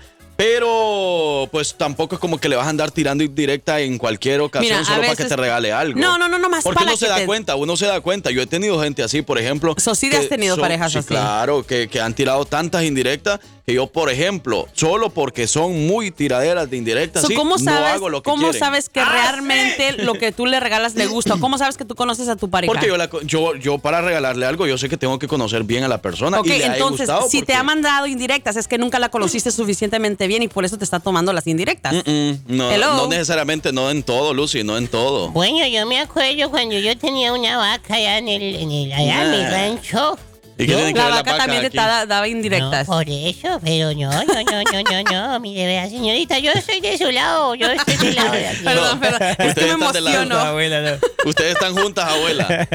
Pero, pues tampoco es como que le vas a andar tirando indirecta en cualquier ocasión
Mira, a
solo para
veces-
que te regale algo.
No, no, no, no, más
Porque
para
uno se
que
da
te-
cuenta, uno se da cuenta. Yo he tenido gente así, por ejemplo.
So, sí
que
has tenido parejas
sí,
así.
Claro, que, que han tirado tantas indirectas que yo, por ejemplo, solo porque son muy tiraderas de indirectas,
So,
sí,
¿Cómo sabes,
no hago lo que
cómo
quieren. Ah,
sabes que realmente lo que tú le regalas le gusta? ¿O ¿Cómo sabes que tú conoces a tu pareja?
Porque yo, la co- yo, yo para regalarle algo, yo sé que tengo que conocer bien a la persona.
Ok,
y le haya
entonces,
gustado
si
porque-
te ha mandado indirectas, es que nunca la conociste suficientemente bien y por eso te está tomando las indirectas.
Mm, No,
Hello.
no necesariamente, no en todo, Lucy, no en todo.
Bueno, yo me acuerdo cuando yo tenía una vaca allá en el, en el- allá en mi
Ah.
rancho.
¿Y qué tiene que
la,
ver
vaca también te
aquí?
da- daba indirectas.
Por eso, pero no, no, no, no, no, no, mire, vea, señorita, yo estoy de su lado, yo estoy de lado de aquí.
Perdón, perdón. Es que me
Ustedes están de lado.
emociono.
Ustedes están juntas, abuela.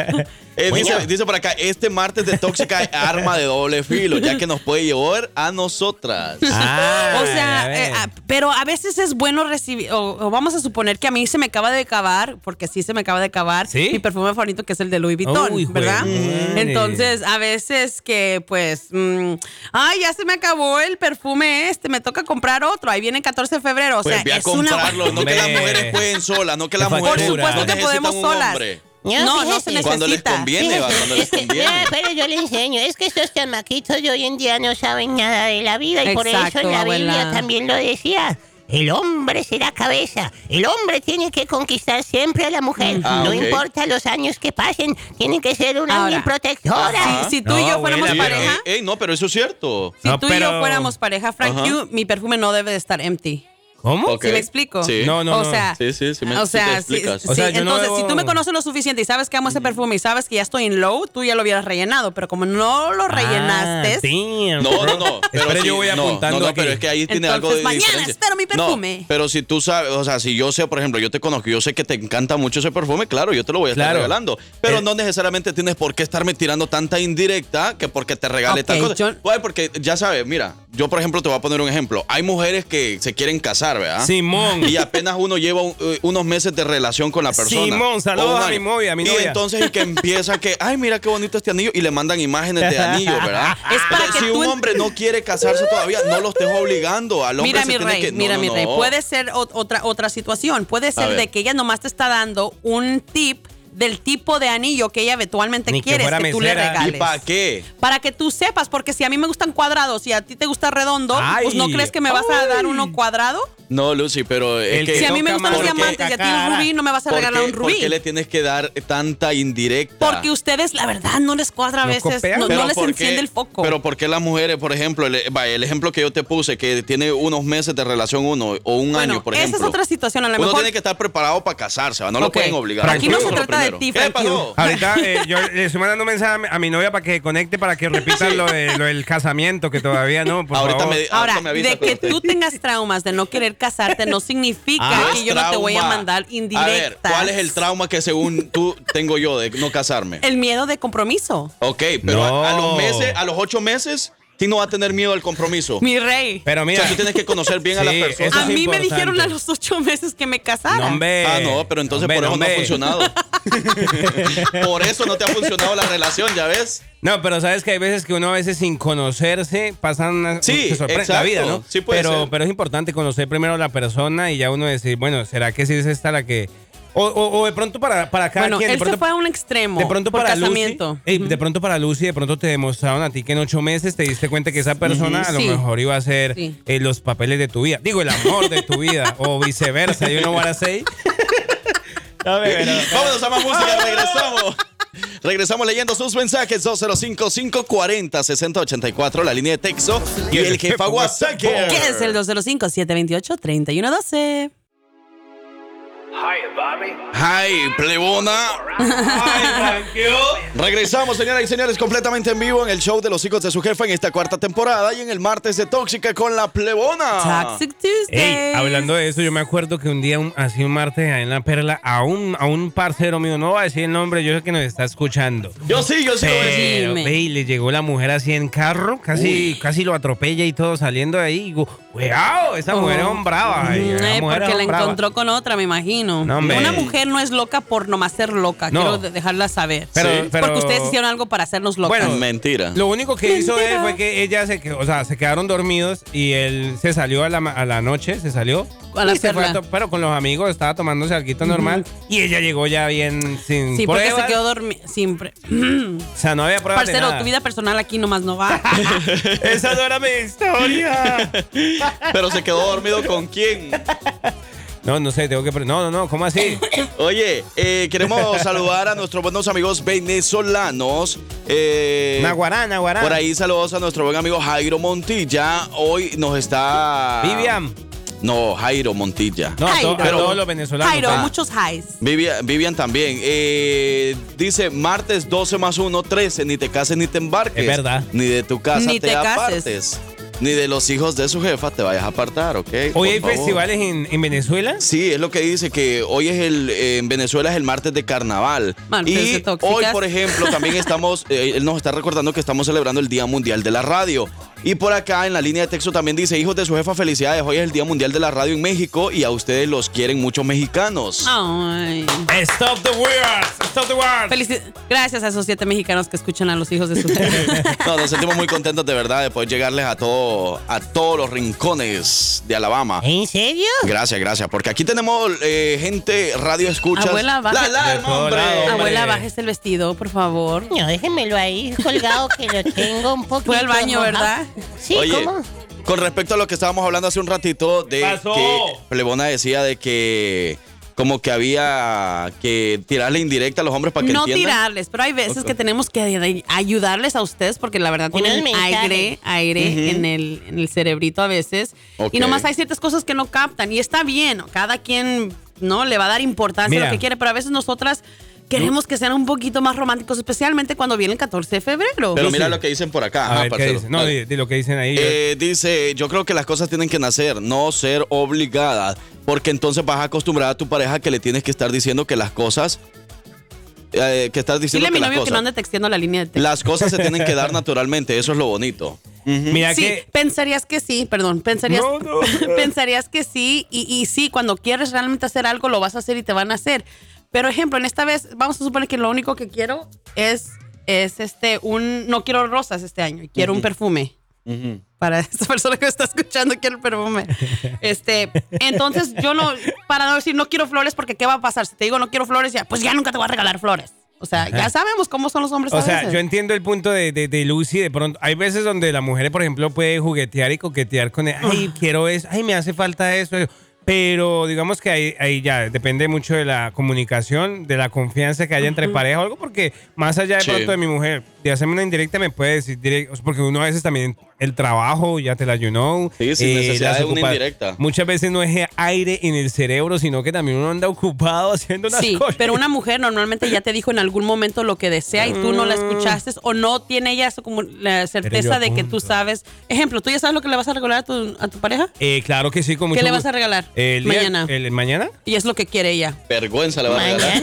Eh, dice, dice por acá, este martes de tóxica hay arma de doble filo, ya que nos puede llevar a nosotras.
Ah,
o sea, eh, a- pero a veces es bueno recibir, o, o vamos a suponer que a mí se me acaba de acabar, porque sí se me acaba de acabar, mi perfume favorito que es el de Louis Vuitton,
Uy,
¿verdad?
juepunes.
Entonces, a veces que pues, mm, ay, ya se me acabó el perfume este, me toca comprar otro, ahí viene el 14 de febrero, o
pues
sea,
ve a
es una...
comprarlo, no que las
Hombre.
mujeres pueden solas, no que las
Por
mujeres
supuesto
no
que
necesitan
podemos
un
solas.
hombre.
No, no se
fíjate.
Cuando les conviene, va, cuando les
Es que, vea,
conviene.
pero yo le enseño, es que estos chamaquitos de hoy en día no saben nada de la vida y por eso
Exacto,
en la
abuela.
Biblia también lo decía. El hombre será cabeza. El hombre tiene que conquistar siempre a la mujer.
Ah,
no
ok.
importa los años que pasen, tiene que ser una
Ahora,
bien protectora.
si- si tú y yo fuéramos
Sí, eh,
pareja,
Ey, ey, no, pero eso es cierto.
si tú y yo fuéramos pareja, Frank,
Ajá.
you, mi perfume no debe de estar empty.
¿Cómo?
Ok.
¿Sí me explico?
Sí.
No, no,
o
no.
sea,
Sí, sí, sí me-
o
sí te
sea, sí,
explicas.
sí,
O sea, yo no
entonces,
debo-
si tú me conoces lo suficiente y sabes que amo ese perfume y sabes que ya estoy en low, tú ya lo hubieras rellenado, pero como no
Ah,
lo rellenaste,
No, no, no. Pero
Espera,
sí,
yo voy
no,
apuntando
No, no,
aquí.
pero es que ahí tiene
Entonces,
algo de
mañana
diferencia.
espero mi
No,
perfume.
pero si tú sabes, o sea, si yo sé, por ejemplo, yo te conozco, yo sé que te encanta mucho ese perfume, claro, yo te lo voy a estar
Claro. Eh,
regalando. Pero no necesariamente tienes por qué estarme tirando tanta indirecta que porque te regale
Ok,
tal cosa.
yo-
Pues, porque ya sabes, mira, yo por ejemplo te voy a poner un ejemplo. Hay mujeres que se quieren casar, ¿verdad?
Simón.
Y apenas uno lleva un- eh, unos meses de relación con la persona.
Simón, saludos
O un
a mi
año.
móvil, a mi
Y
novia.
entonces y que empieza que, ay, mira qué bonito este anillo. Y le mandan imágenes de anillo, ¿verdad?
Es para
Entonces,
que
si
tú
un
en-
hombre no quiere casarse todavía, no lo estés obligando al hombre.
mira
se
mi
tiene
rey,
que- no,
mira
no,
mi
no.
rey, puede ser ot- otra, otra situación, puede ser
ver.
de que ella nomás te está dando un tip del tipo de anillo que ella eventualmente
Ni que
quieres
fuera
que, tú le
mesera.
¿Y
regales.
para qué?
Para que tú sepas, porque si a mí me gustan cuadrados y a ti te gusta redondo,
Ay.
pues no crees que me vas a dar uno cuadrado.
No, Lucy, pero es
El
que...
que Si a mí me toca gustan los
Porque-
diamantes y a ti un rubí, no me vas a
¿por
regalar
qué-
un
¿Por qué
rubí.
le tienes que dar tanta indirecta?
Porque ustedes, la verdad, no les cuadra a
Nos
veces,
copian.
no,
Pero
no les
¿por qué-
enciende el foco.
Pero ¿por qué las mujeres, por ejemplo, el, vaya, el ejemplo que yo te puse, que tiene unos meses de relación uno o un año, por
Esa
ejemplo?
es otra situación, a lo
uno
mejor.
tiene que estar preparado para casarse, ¿va? no lo
Ok.
pueden obligar.
Aquí no se
Eso es lo
trata de
primero.
ti,
¿Qué pasó?
Ahorita eh, yo le estoy mandando un mensaje a mi- a mi novia para que conecte, para que repita lo, de- lo del casamiento, que todavía no. Por
Ahorita
favor.
eh, me-
Ahora, de que tú tengas traumas de no querer casarte no significa
Ah,
que
es
yo no te voy a
trauma.
mandar indirectas.
A ver, ¿cuál es el trauma que según tú tengo yo de no casarme?
El miedo de compromiso.
Ok, pero a, a los meses, a los ocho meses, sí no va a tener miedo al compromiso.
Mi rey.
Pero
mira, o sea, tú tienes que conocer bien a las
Sí,
personas.
a mí me dijeron a los ocho meses que me casara.
Ah, no, pero entonces
Hombre,
por eso
hombre.
no ha funcionado. por eso no te ha funcionado la relación, ya ves.
No, pero sabes que hay veces que uno a veces sin conocerse pasan una,
Sí,
se sorprende la
exacto.
vida, ¿no?
Sí puede
pero,
ser.
pero es importante conocer primero a la persona y ya uno decir, bueno, ¿será que sí es esta la que...? O, o- o de pronto para, para cada
Bueno,
quien. de
él se
pronto-
fue a un extremo.
De pronto
por
para
casamiento.
Lucy, ey, de pronto para Lucy, de pronto te demostraron a ti que en ocho meses te diste cuenta que esa persona
Ujú.
a lo
Sí.
mejor iba a ser
Sí.
eh, los papeles de tu vida, digo el amor de tu vida o viceversa. Yo no voy a seis.
Vámonos a más
Ah.
música, regresamos. Regresamos leyendo sus mensajes 205-540-6084, la línea de texto y el jefa WhatsApp.
¿Qué es
eh.
el 205-728-3112?
Hi, plebona. Regresamos, señoras y señores, completamente en vivo en el show de los hijos de su jefa en esta cuarta temporada y en el martes de Tóxica con la plebona.
Toxic Tuesday.
Ey, hablando de eso, yo me acuerdo que un día, un- así un martes, ahí en La Perla, a un, a un parcero mío, no voy a decir el nombre, yo sé que nos está escuchando.
Yo sí, yo sí lo voy a decir.
Pero,
Dime.
ve, y le llegó la mujer así en carro, casi, casi lo atropella y todo saliendo de ahí. Y digo, ¡Cuidado! Esa mujer
Oh.
es un brava. ey, esa
Eh,
mujer
porque
es
la
un brava".
encontró con otra, me imagino.
No, hombre.
Una mujer no es loca por nomás ser loca.
No.
Quiero de- dejarla saber.
Pero- Sí. pero-
porque ustedes hicieron algo para hacernos locas.
Bueno,
mentira.
Lo único que hizo él fue que ella se quedó, o sea, se quedaron dormidos y él se salió a la, ma- a la noche, se salió.
A la
y se fue
perla.
to- pero con los amigos estaba tomándose algo normal y ella llegó ya bien sin
sí, porque se
pruebas.
quedó dormida. Siempre.
O sea, no había pruebas de
Parcero,
nada.
tu vida personal aquí nomás no va.
Esa no era mi historia.
Pero se quedó dormido con quién.
No, no sé, tengo que... pre- No, no, no, ¿cómo así?
Oye, eh, queremos saludar a nuestros buenos amigos venezolanos. Eh,
Naguará, Naguará.
Por ahí saludos a nuestro buen amigo Jairo Montilla. Hoy nos está.
Vivian.
No, Jairo Montilla.
No, a, to- a
Pero-
todos los venezolanos.
Jairo,
pa.
muchos highs.
Vivian, Vivian también. Eh, dice martes 12 más 1, 13. Ni te cases ni te embarques.
Es verdad.
Ni de tu casa
Ni
te,
te cases.
apartes. Ni de los hijos de su jefa te vayas a apartar, ¿ok? Por
Hoy hay
favor.
festivales en, en Venezuela.
Sí, es lo que dice que hoy es el eh, en Venezuela es el martes de carnaval.
Martes
y
de tóxicas.
hoy, por ejemplo, también estamos eh, él nos está recordando que estamos celebrando el Día Mundial de la Radio. Y por acá en la línea de texto también dice, "Hijos de su jefa, felicidades. Hoy es el Día Mundial de la Radio en México y a ustedes los quieren muchos mexicanos."
Ah. Ay.
Stop the wars, stop the wars.
Felici- Gracias a esos siete mexicanos que escuchan a los hijos de su
No, nos sentimos muy contentos de verdad de poder llegarles a todo a todos los rincones de Alabama.
Eh.
¿En serio?
Gracias, gracias, porque aquí tenemos eh, gente radio escucha.
Abuela, baja-
la
De
alarma,
todo
hombre.
lado, hombre.
Abuela, bájese el vestido, por favor.
No, déjenmelo ahí colgado que lo tengo un poquito.
Fue al baño,
mojado.
¿verdad?
Sí,
Oye,
¿cómo?
con respecto a lo que estábamos hablando hace un ratito de
Pasó.
que Plebona decía de que como que había que tirarle indirecta a los hombres para que
No
entiendan.
tirarles, pero hay veces
Ok.
que tenemos que ay- ayudarles a ustedes porque la verdad
Unos
tienen
mensajes.
aire, aire en, el, en el cerebrito a veces.
Ok.
Y nomás hay ciertas cosas que no captan y está bien, ¿no? cada quien no le va a dar importancia a
Mira.
lo que quiere, pero a veces nosotras queremos que sean un poquito más románticos, especialmente cuando viene el 14 de febrero.
Pero mira lo que dicen por acá.
A
Ajá,
ver, ¿qué
parcero.
dicen? No,
Dale.
di, di lo que dicen ahí. yo-
Eh, dice, yo creo que las cosas tienen que nacer, no ser obligadas, porque entonces vas a acostumbrar a tu pareja que le tienes que estar diciendo que las cosas, eh, que estás diciendo
Dile a mi
que las
novio que no
cosas,
ande texteando la línea de texto.
las cosas se tienen que dar naturalmente, eso es lo bonito.
Mira
Sí,
que...
pensarías que sí, perdón, pensarías,
No, no.
pensarías que sí y, y sí, cuando quieres realmente hacer algo lo vas a hacer y te van a hacer. Pero ejemplo, en esta vez vamos a suponer que lo único que quiero es es este un no quiero rosas este año, quiero un perfume. Para esta persona que me está escuchando, quiero un perfume. Este, entonces yo no, para no decir no quiero flores, porque ¿qué va a pasar? Si te digo no quiero flores, ya, pues ya nunca te voy a regalar flores. O sea, ya sabemos cómo son los hombres.
O
a
sea,
veces.
yo entiendo el punto de, de, de Lucy. De pronto, hay
Ah.
veces donde la mujer, por ejemplo, puede juguetear y coquetear con el, ay, quiero eso, ay, me hace falta eso. Pero digamos que ahí, ahí ya depende mucho de la comunicación, de la confianza que haya entre
Ujú.
pareja o algo, porque más allá de
Sí.
pronto de mi mujer, de hacerme una indirecta me puede decir directo, porque uno a veces también el trabajo, ya te la you know.
Sí, sin necesidad
las
de una
ocupa-
indirecta.
Muchas veces no es aire en el cerebro, sino que también uno anda ocupado haciendo unas
Sí,
cosas.
pero una mujer normalmente ya te dijo en algún momento lo que desea y tú no
Mm.
la escuchaste o no tiene ella su comu- la certeza de que tú sabes. Ejemplo, ¿tú ya sabes lo que le vas a regalar a tu, a tu pareja?
Eh, claro que sí, con
¿Qué
mucho
le vas
gusto.
a regalar
El día-
mañana?
el- ¿Mañana?
Y es lo que quiere ella.
Vergüenza le va a regalar.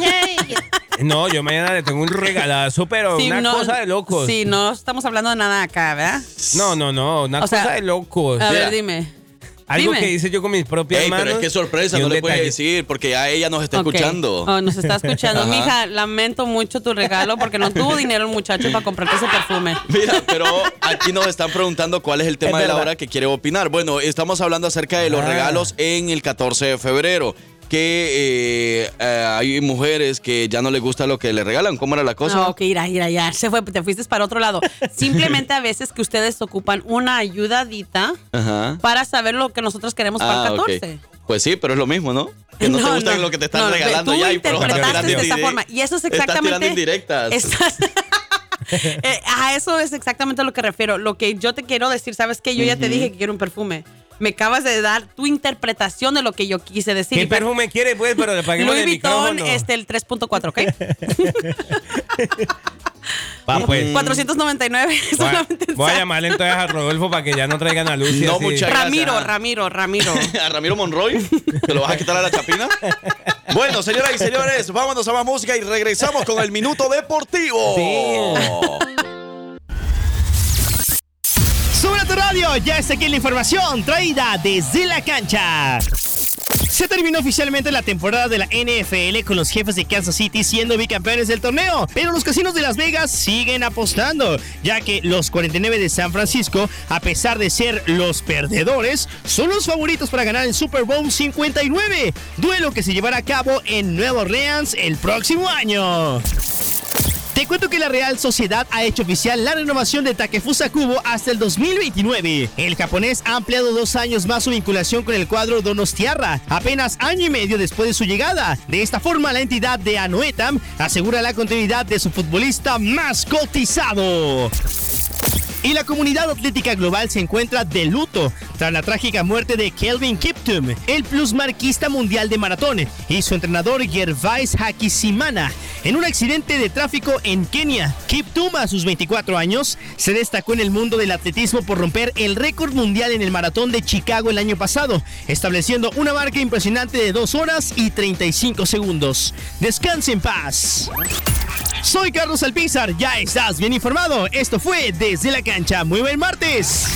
No, yo mañana le tengo un regalazo, pero
Sí,
una
no-
cosa de locos.
Sí, no estamos hablando de nada acá, ¿verdad?
No, no, no, una
O sea,
cosa de locos.
A
Mira.
ver, dime.
Algo
dime.
que hice yo con mis propias
Ey,
manos.
pero es que sorpresa,
y
no
un
le puedes
detalle.
decir porque ya ella nos está
Ok.
escuchando.
Oh, nos está escuchando.
Ajá.
Mija, lamento mucho tu regalo porque no tuvo dinero el muchacho para comprarte ese perfume.
Mira, pero aquí nos están preguntando cuál es el tema
Es
de la
verdad.
hora que quiere opinar. Bueno, estamos hablando acerca de los
Ah.
regalos en el 14 de febrero. Que eh, eh, hay mujeres que ya no les gusta lo que le regalan. ¿Cómo era la cosa?
No, Ah, ok, ira, ira, ya. Se fue, te fuiste para otro lado. Simplemente a veces que ustedes ocupan una ayudadita
Ajá. Ah,
para saber lo que nosotros queremos para el
ok.
14.
Pues sí, pero es lo mismo, ¿no? Que no,
No,
te gustan
no.
lo que te están
No, no,
regalando
tú
ya y pero estás
interpretaste
tirando
de esa
indire-
forma. Y eso es
Estás tirando
exactamente-
indirectas.
Estás- Eh, a eso es exactamente a lo que refiero. Lo que yo te quiero decir, ¿sabes qué? Yo ya te
Ujú.
dije que quiero un perfume. Me acabas de dar tu interpretación de lo que yo quise decir.
¿Qué
Y per-
perfume quiere, pues? Pero le paguemos
Louis
el
Vuitton,
micrófono.
este, el 3.4, ¿ok?
Va,
Mm.
pues.
499.
Voy, voy a llamarle entonces a Rodolfo para que ya no traigan a Lucy.
No,
así.
muchas gracias.
Ramiro, Ramiro, Ramiro.
a Ramiro Monroy? ¿Te lo vas a quitar a la chapina? Bueno, señoras y señores, vámonos a más música y regresamos con el Minuto Deportivo.
Sobre tu radio, ya está aquí la información traída desde la cancha. Se terminó oficialmente la temporada de la NFL con los jefes de Kansas City siendo bicampeones del torneo, pero los casinos de Las Vegas siguen apostando, ya que los 49 de San Francisco, a pesar de ser los perdedores, son los favoritos para ganar el Super Bowl 59, duelo que se llevará a cabo en Nueva Orleans el próximo año. Te cuento que la Real Sociedad ha hecho oficial la renovación de Takefusa Kubo hasta el 2029. El japonés ha ampliado dos años más su vinculación con el cuadro Donostiarra, apenas año y medio después de su llegada. De esta forma, la entidad de Anoetam asegura la continuidad de su futbolista más cotizado. Y la comunidad atlética global se encuentra de luto tras la trágica muerte de Kelvin Kiptum, el plusmarquista mundial de maratón, y su entrenador Gervais Hakisimana en un accidente de tráfico en Kenia. Kiptum, a sus 24 años, se destacó en el mundo del atletismo por romper el récord mundial en el maratón de Chicago el año pasado, estableciendo una marca impresionante de 2 horas y 35 segundos. Descanse en paz. Soy Carlos Alpizar, ya estás bien informado. Esto fue Desde la Cancha. Muy buen martes.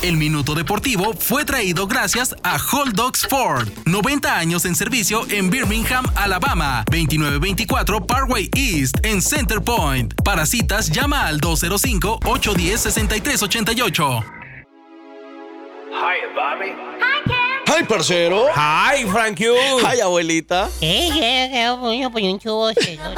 El Minuto Deportivo fue traído gracias a Hold Dogs Ford. 90 años en servicio en Birmingham, Alabama. 2924 Parkway East en Center Point. Para citas, llama al 205-810-6388.
Hi, Bobby.
¡Ay, parcero!
¡Ay, Frank you!
¡Ay, abuelita!
Eh, eh, eh, bueno, pues un chubo, señor.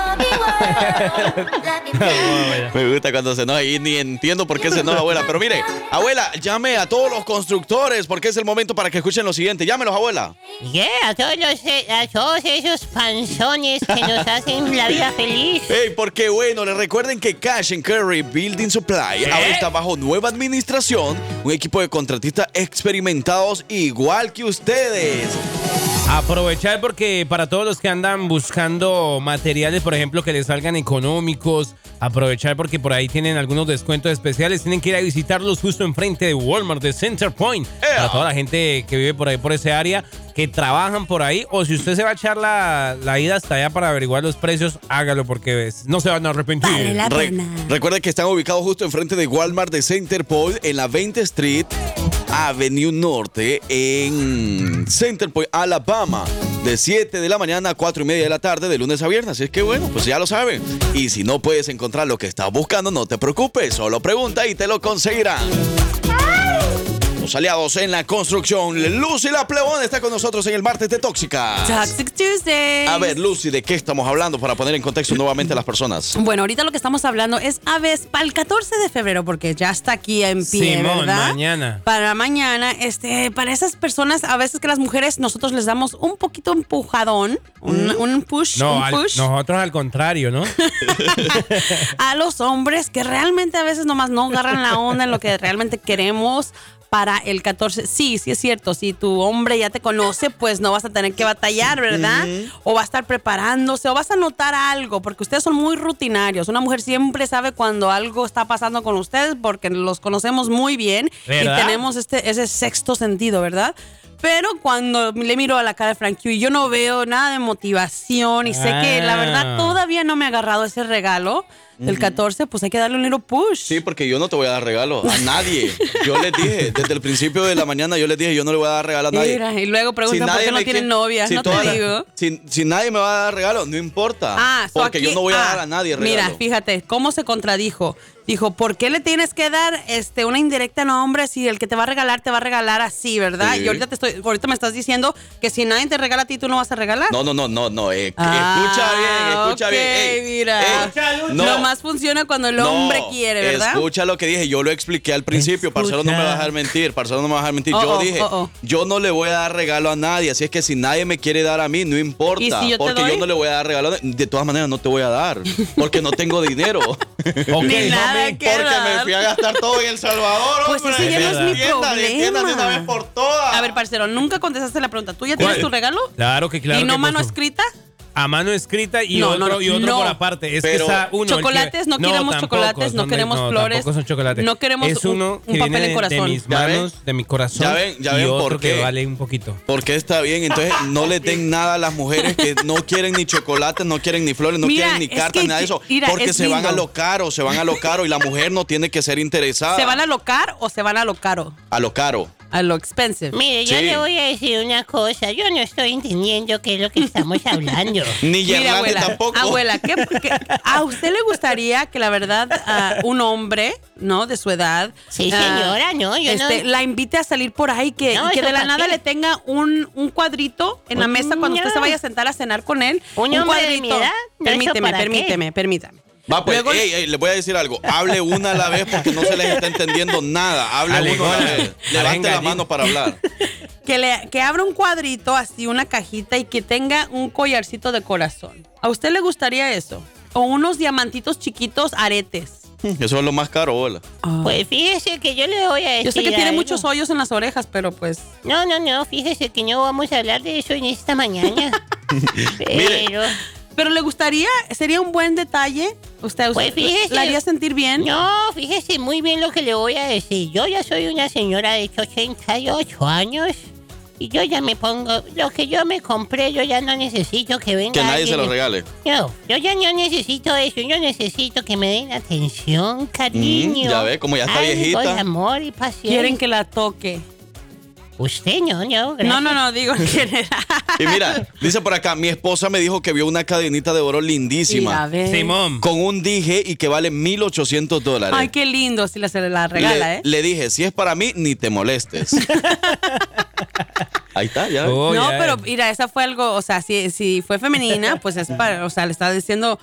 Me gusta cuando se enoja y ni entiendo por qué se enoja, abuela. Pero mire, abuela, llame a todos los constructores porque es el momento para que escuchen lo siguiente. Llámelos, abuela.
Yeah, a todos, los, eh, a todos esos panzones que nos hacen la vida feliz.
Ey, porque bueno, les recuerden que Cash and Carry Building Supply ahora está bajo nueva administración, un equipo de contratistas experimentados igual que ustedes.
Aprovechar porque para todos los que andan buscando materiales, por ejemplo, que les salgan económicos, aprovechar porque por ahí tienen algunos descuentos especiales. Tienen que ir a visitarlos justo enfrente de Walmart, de Center Point. Para toda la gente que vive por ahí, por ese área, que trabajan por ahí. O si usted se va a echar la, la ida hasta allá para averiguar los precios, hágalo porque no se van a arrepentir.
Re- recuerda que están ubicados justo enfrente de Walmart de Center Point en la 20 Street, Avenue Norte, en Center Point, Alabama, de 7 de la mañana a 4 y media de la tarde, de lunes a viernes. Así es que bueno, pues ya lo saben. Y si no puedes encontrar lo que estás buscando, no te preocupes, solo pregunta y te lo conseguirán. Tus aliados en la construcción. Lucy la plebona está con nosotros en el martes de Tóxica.
Toxic Tuesday.
A ver, Lucy, ¿de qué estamos hablando para poner en contexto nuevamente a las personas?
Bueno, ahorita lo que estamos hablando es aves para el 14 de febrero, porque ya está aquí en pie,
Simón,
¿verdad?
mañana.
Para mañana, este, para esas personas, a veces que las mujeres nosotros les damos un poquito empujadón, un, un push,
¿Mm? No,
un
al-
push
nosotros al contrario, ¿no?
a los hombres que realmente a veces nomás no agarran la onda en lo que realmente queremos para el 14. Sí, sí es cierto, si tu hombre ya te conoce, pues no vas a tener que batallar, ¿verdad? O va a estar preparándose, o vas a notar algo, porque ustedes son muy rutinarios. Una mujer siempre sabe cuando algo está pasando con ustedes, porque los conocemos muy bien
¿Verdad?
y tenemos este, ese sexto sentido, ¿verdad? Pero cuando le miro a la cara de Frank Q, yo no veo nada de motivación y sé que la verdad
Ah.
todo todavía no me ha agarrado ese regalo del
Ujú.
14, pues hay que darle un little push.
Sí, pues, porque yo no te voy a dar regalo a nadie. Yo les dije, desde el principio de la mañana, yo les dije, yo no le voy a dar regalo a nadie.
Mira, y luego preguntan por
nadie
qué no
me
tienen
quiere-
novia,
si
no te
todas-
digo.
Si, si nadie me va a dar regalo, no importa.
Ah, so
porque
aquí-
yo no voy a
ah,
dar a nadie regalo.
Mira, fíjate, cómo se contradijo. Dijo, ¿por qué le tienes que dar este, una indirecta a un hombre si el que te va a regalar te va a regalar así, verdad?
Sí.
Y ahorita, te estoy, ahorita me estás diciendo que si nadie te regala a ti, tú no vas a regalar.
No, no, no, no, no. eh,
Ah,
escucha bien, escucha
ok,
bien. Ey,
mira.
no.
Nomás funciona cuando el
no,
hombre quiere, ¿verdad?
Escucha lo que dije, yo lo expliqué al principio, parcero no me vas a dejar mentir, parcero no me vas a dejar mentir.
Oh,
yo
oh,
dije,
oh, oh.
yo no le voy a dar regalo a nadie, así es que si nadie me quiere dar a mí, no importa,
¿Y si yo te
porque
doy?
yo no le voy a dar regalo, a nadie. de todas maneras no te voy a dar, porque no tengo dinero.
Ni nada que
porque me
dar.
fui a gastar todo en El Salvador,
Pues
hombre.
ese ya no es mi
Entiendan, entiendan de una vez
problema.
por todas.
A ver, parcero, nunca contestaste la pregunta. ¿Tú ya tienes
¿Cuál?
tu regalo?
Claro que claro.
¿Y no
que
mano
por su-
escrita?
A mano escrita y
No,
otro,
no,
y otro
no.
por aparte. Es
Pero-
que está uno. el que-
Chocolates, no queremos chocolates, no queremos flores,
tampoco son chocolates.
no queremos
es
un-
uno
un
que
papel
viene
en
de-
corazón.
De mis
Ya ven,
manos, de mi corazón.
ya ven, ya
y
ven
otro
por
que
qué.
vale un poquito.
Porque está bien, entonces no le den nada a las mujeres que no quieren ni chocolates, no quieren ni flores, no
Mira,
quieren ni
es
cartas,
que
nada de
yo-
eso.
mira,
porque
es
se van a
lindo.
lo caro, se van a lo caro y la mujer no tiene que ser interesada.
Ah.
¿Se van a lo caro o se van a lo caro?
a lo caro.
A lo expensive.
Mire, yo
Sí.
le voy a decir una cosa. Yo no estoy entendiendo qué es lo que estamos hablando.
Ni
Mira,
Yerlande
abuela,
tampoco.
abuela, ¿qué, qué- a usted le gustaría que la verdad ah, un hombre, ¿no? De su edad.
Sí,
ah,
señora, no, yo
este,
no-
La invite a salir por ahí que,
No,
y que
eso
de la
pa'
nada
qué.
le tenga un, un cuadrito en la mesa cuando usted
No.
se vaya a sentar a cenar con él.
¿Un hombre de
cuadrito.
mi edad? No, eso
Permíteme,
para qué.
permíteme, permítame.
Va, pues,
Luego-
ey, ey, les voy a decir algo. Hable una a la vez porque no se les está entendiendo nada. Hable uno a la
Alegona.
vez. Levante la
Arenga,
mano para hablar.
Que, le, que abra un cuadrito, así una cajita y que tenga un collarcito de corazón. ¿A usted le gustaría eso? O unos diamantitos chiquitos, aretes.
Eso es lo más caro, hola.
Pues fíjese que yo le voy a decir.
Yo sé que tiene
algo.
muchos hoyos en las orejas, pero pues...
No, no, no. Fíjese que no vamos a hablar de eso en esta mañana.
Mire.
Pero.
Pero le gustaría, sería un buen detalle. Usted,
Pues
usted
fíjese.
la haría sentir bien.
No, fíjese muy bien lo que le voy a decir. Yo ya soy una señora de 88 años y yo ya me pongo lo que yo me compré, yo ya no necesito que venga
Que nadie se
alguien
lo
y-
regale.
No, yo ya no necesito eso, yo necesito que me den atención, cariño.
Mm, ya ve, como ya está
algo
viejita.
de amor y paciencia.
Quieren que la toque.
Usted no, no,
No,
gracias.
no, no, digo en general.
Y mira, dice por acá, mi esposa me dijo que vio una cadenita de oro
Mira,
lindísima.
ve.
Simón.
Con un dije y que vale 1800 dólares.
Ay, qué lindo si la, se la regala,
le,
¿eh?
le dije, si es para mí, ni te molestes. Ahí está, ya. ves.
Oh,
no,
ya.
pero mira, esa fue algo, o sea, si, si fue femenina, pues es para, o sea, le estaba diciendo,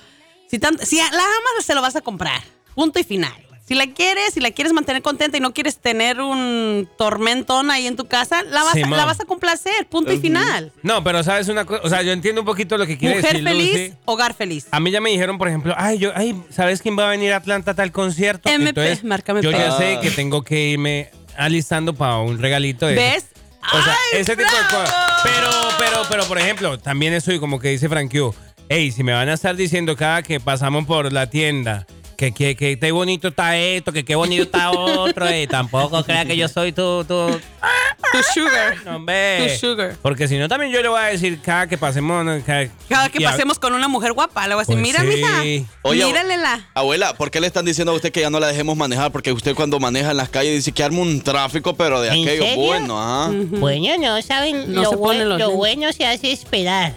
si, tan- si la amas, se lo vas a comprar. Punto y final. Si la quieres, si la quieres mantener contenta y no quieres tener un tormentón ahí en tu casa, la vas,
Sí,
a,
ma'am.
la vas a complacer. Punto y final.
No, pero sabes una cosa. O sea, yo entiendo un poquito lo que quiere
Mujer
decir
feliz,
Lucy. Ah,
hogar feliz.
A mí ya me dijeron, por ejemplo, ay, yo, ay, ¿sabes quién va a venir a Atlanta a tal concierto?
MP,
Entonces,
márcame
yo ya
P.
sé
Ah.
que tengo que irme alistando para un regalito de
¿Ves?
O sea,
¡Ay,
ese tipo de
bravo!
cosas. Pero, pero, pero, por ejemplo, también eso y como que dice Frankie, hey, si me van a estar diciendo cada que pasamos por la tienda que qué que, qué bonito está esto, que qué bonito está otro, eh, tampoco crea que yo soy tu, tu,
Tu sugar.
no, hombre.
Tu sugar.
Porque si no, también yo le voy a decir cada que pasemos. ¿no? Cada,
Cada que
y a-
pasemos con una mujer guapa, le voy a decir,
Pues
mira,
sí.
mija,
Oye,
míralela.
Abuela, ¿por qué le están diciendo a usted que ya no la dejemos manejar? Porque usted cuando maneja en las calles dice que arma un tráfico, pero de
¿En
aquello
serio?
Mm.
bueno, ajá.
Bueno, no, saben,
No
lo,
se
buen-
ponen los
lo
lentes.
bueno se hace esperar.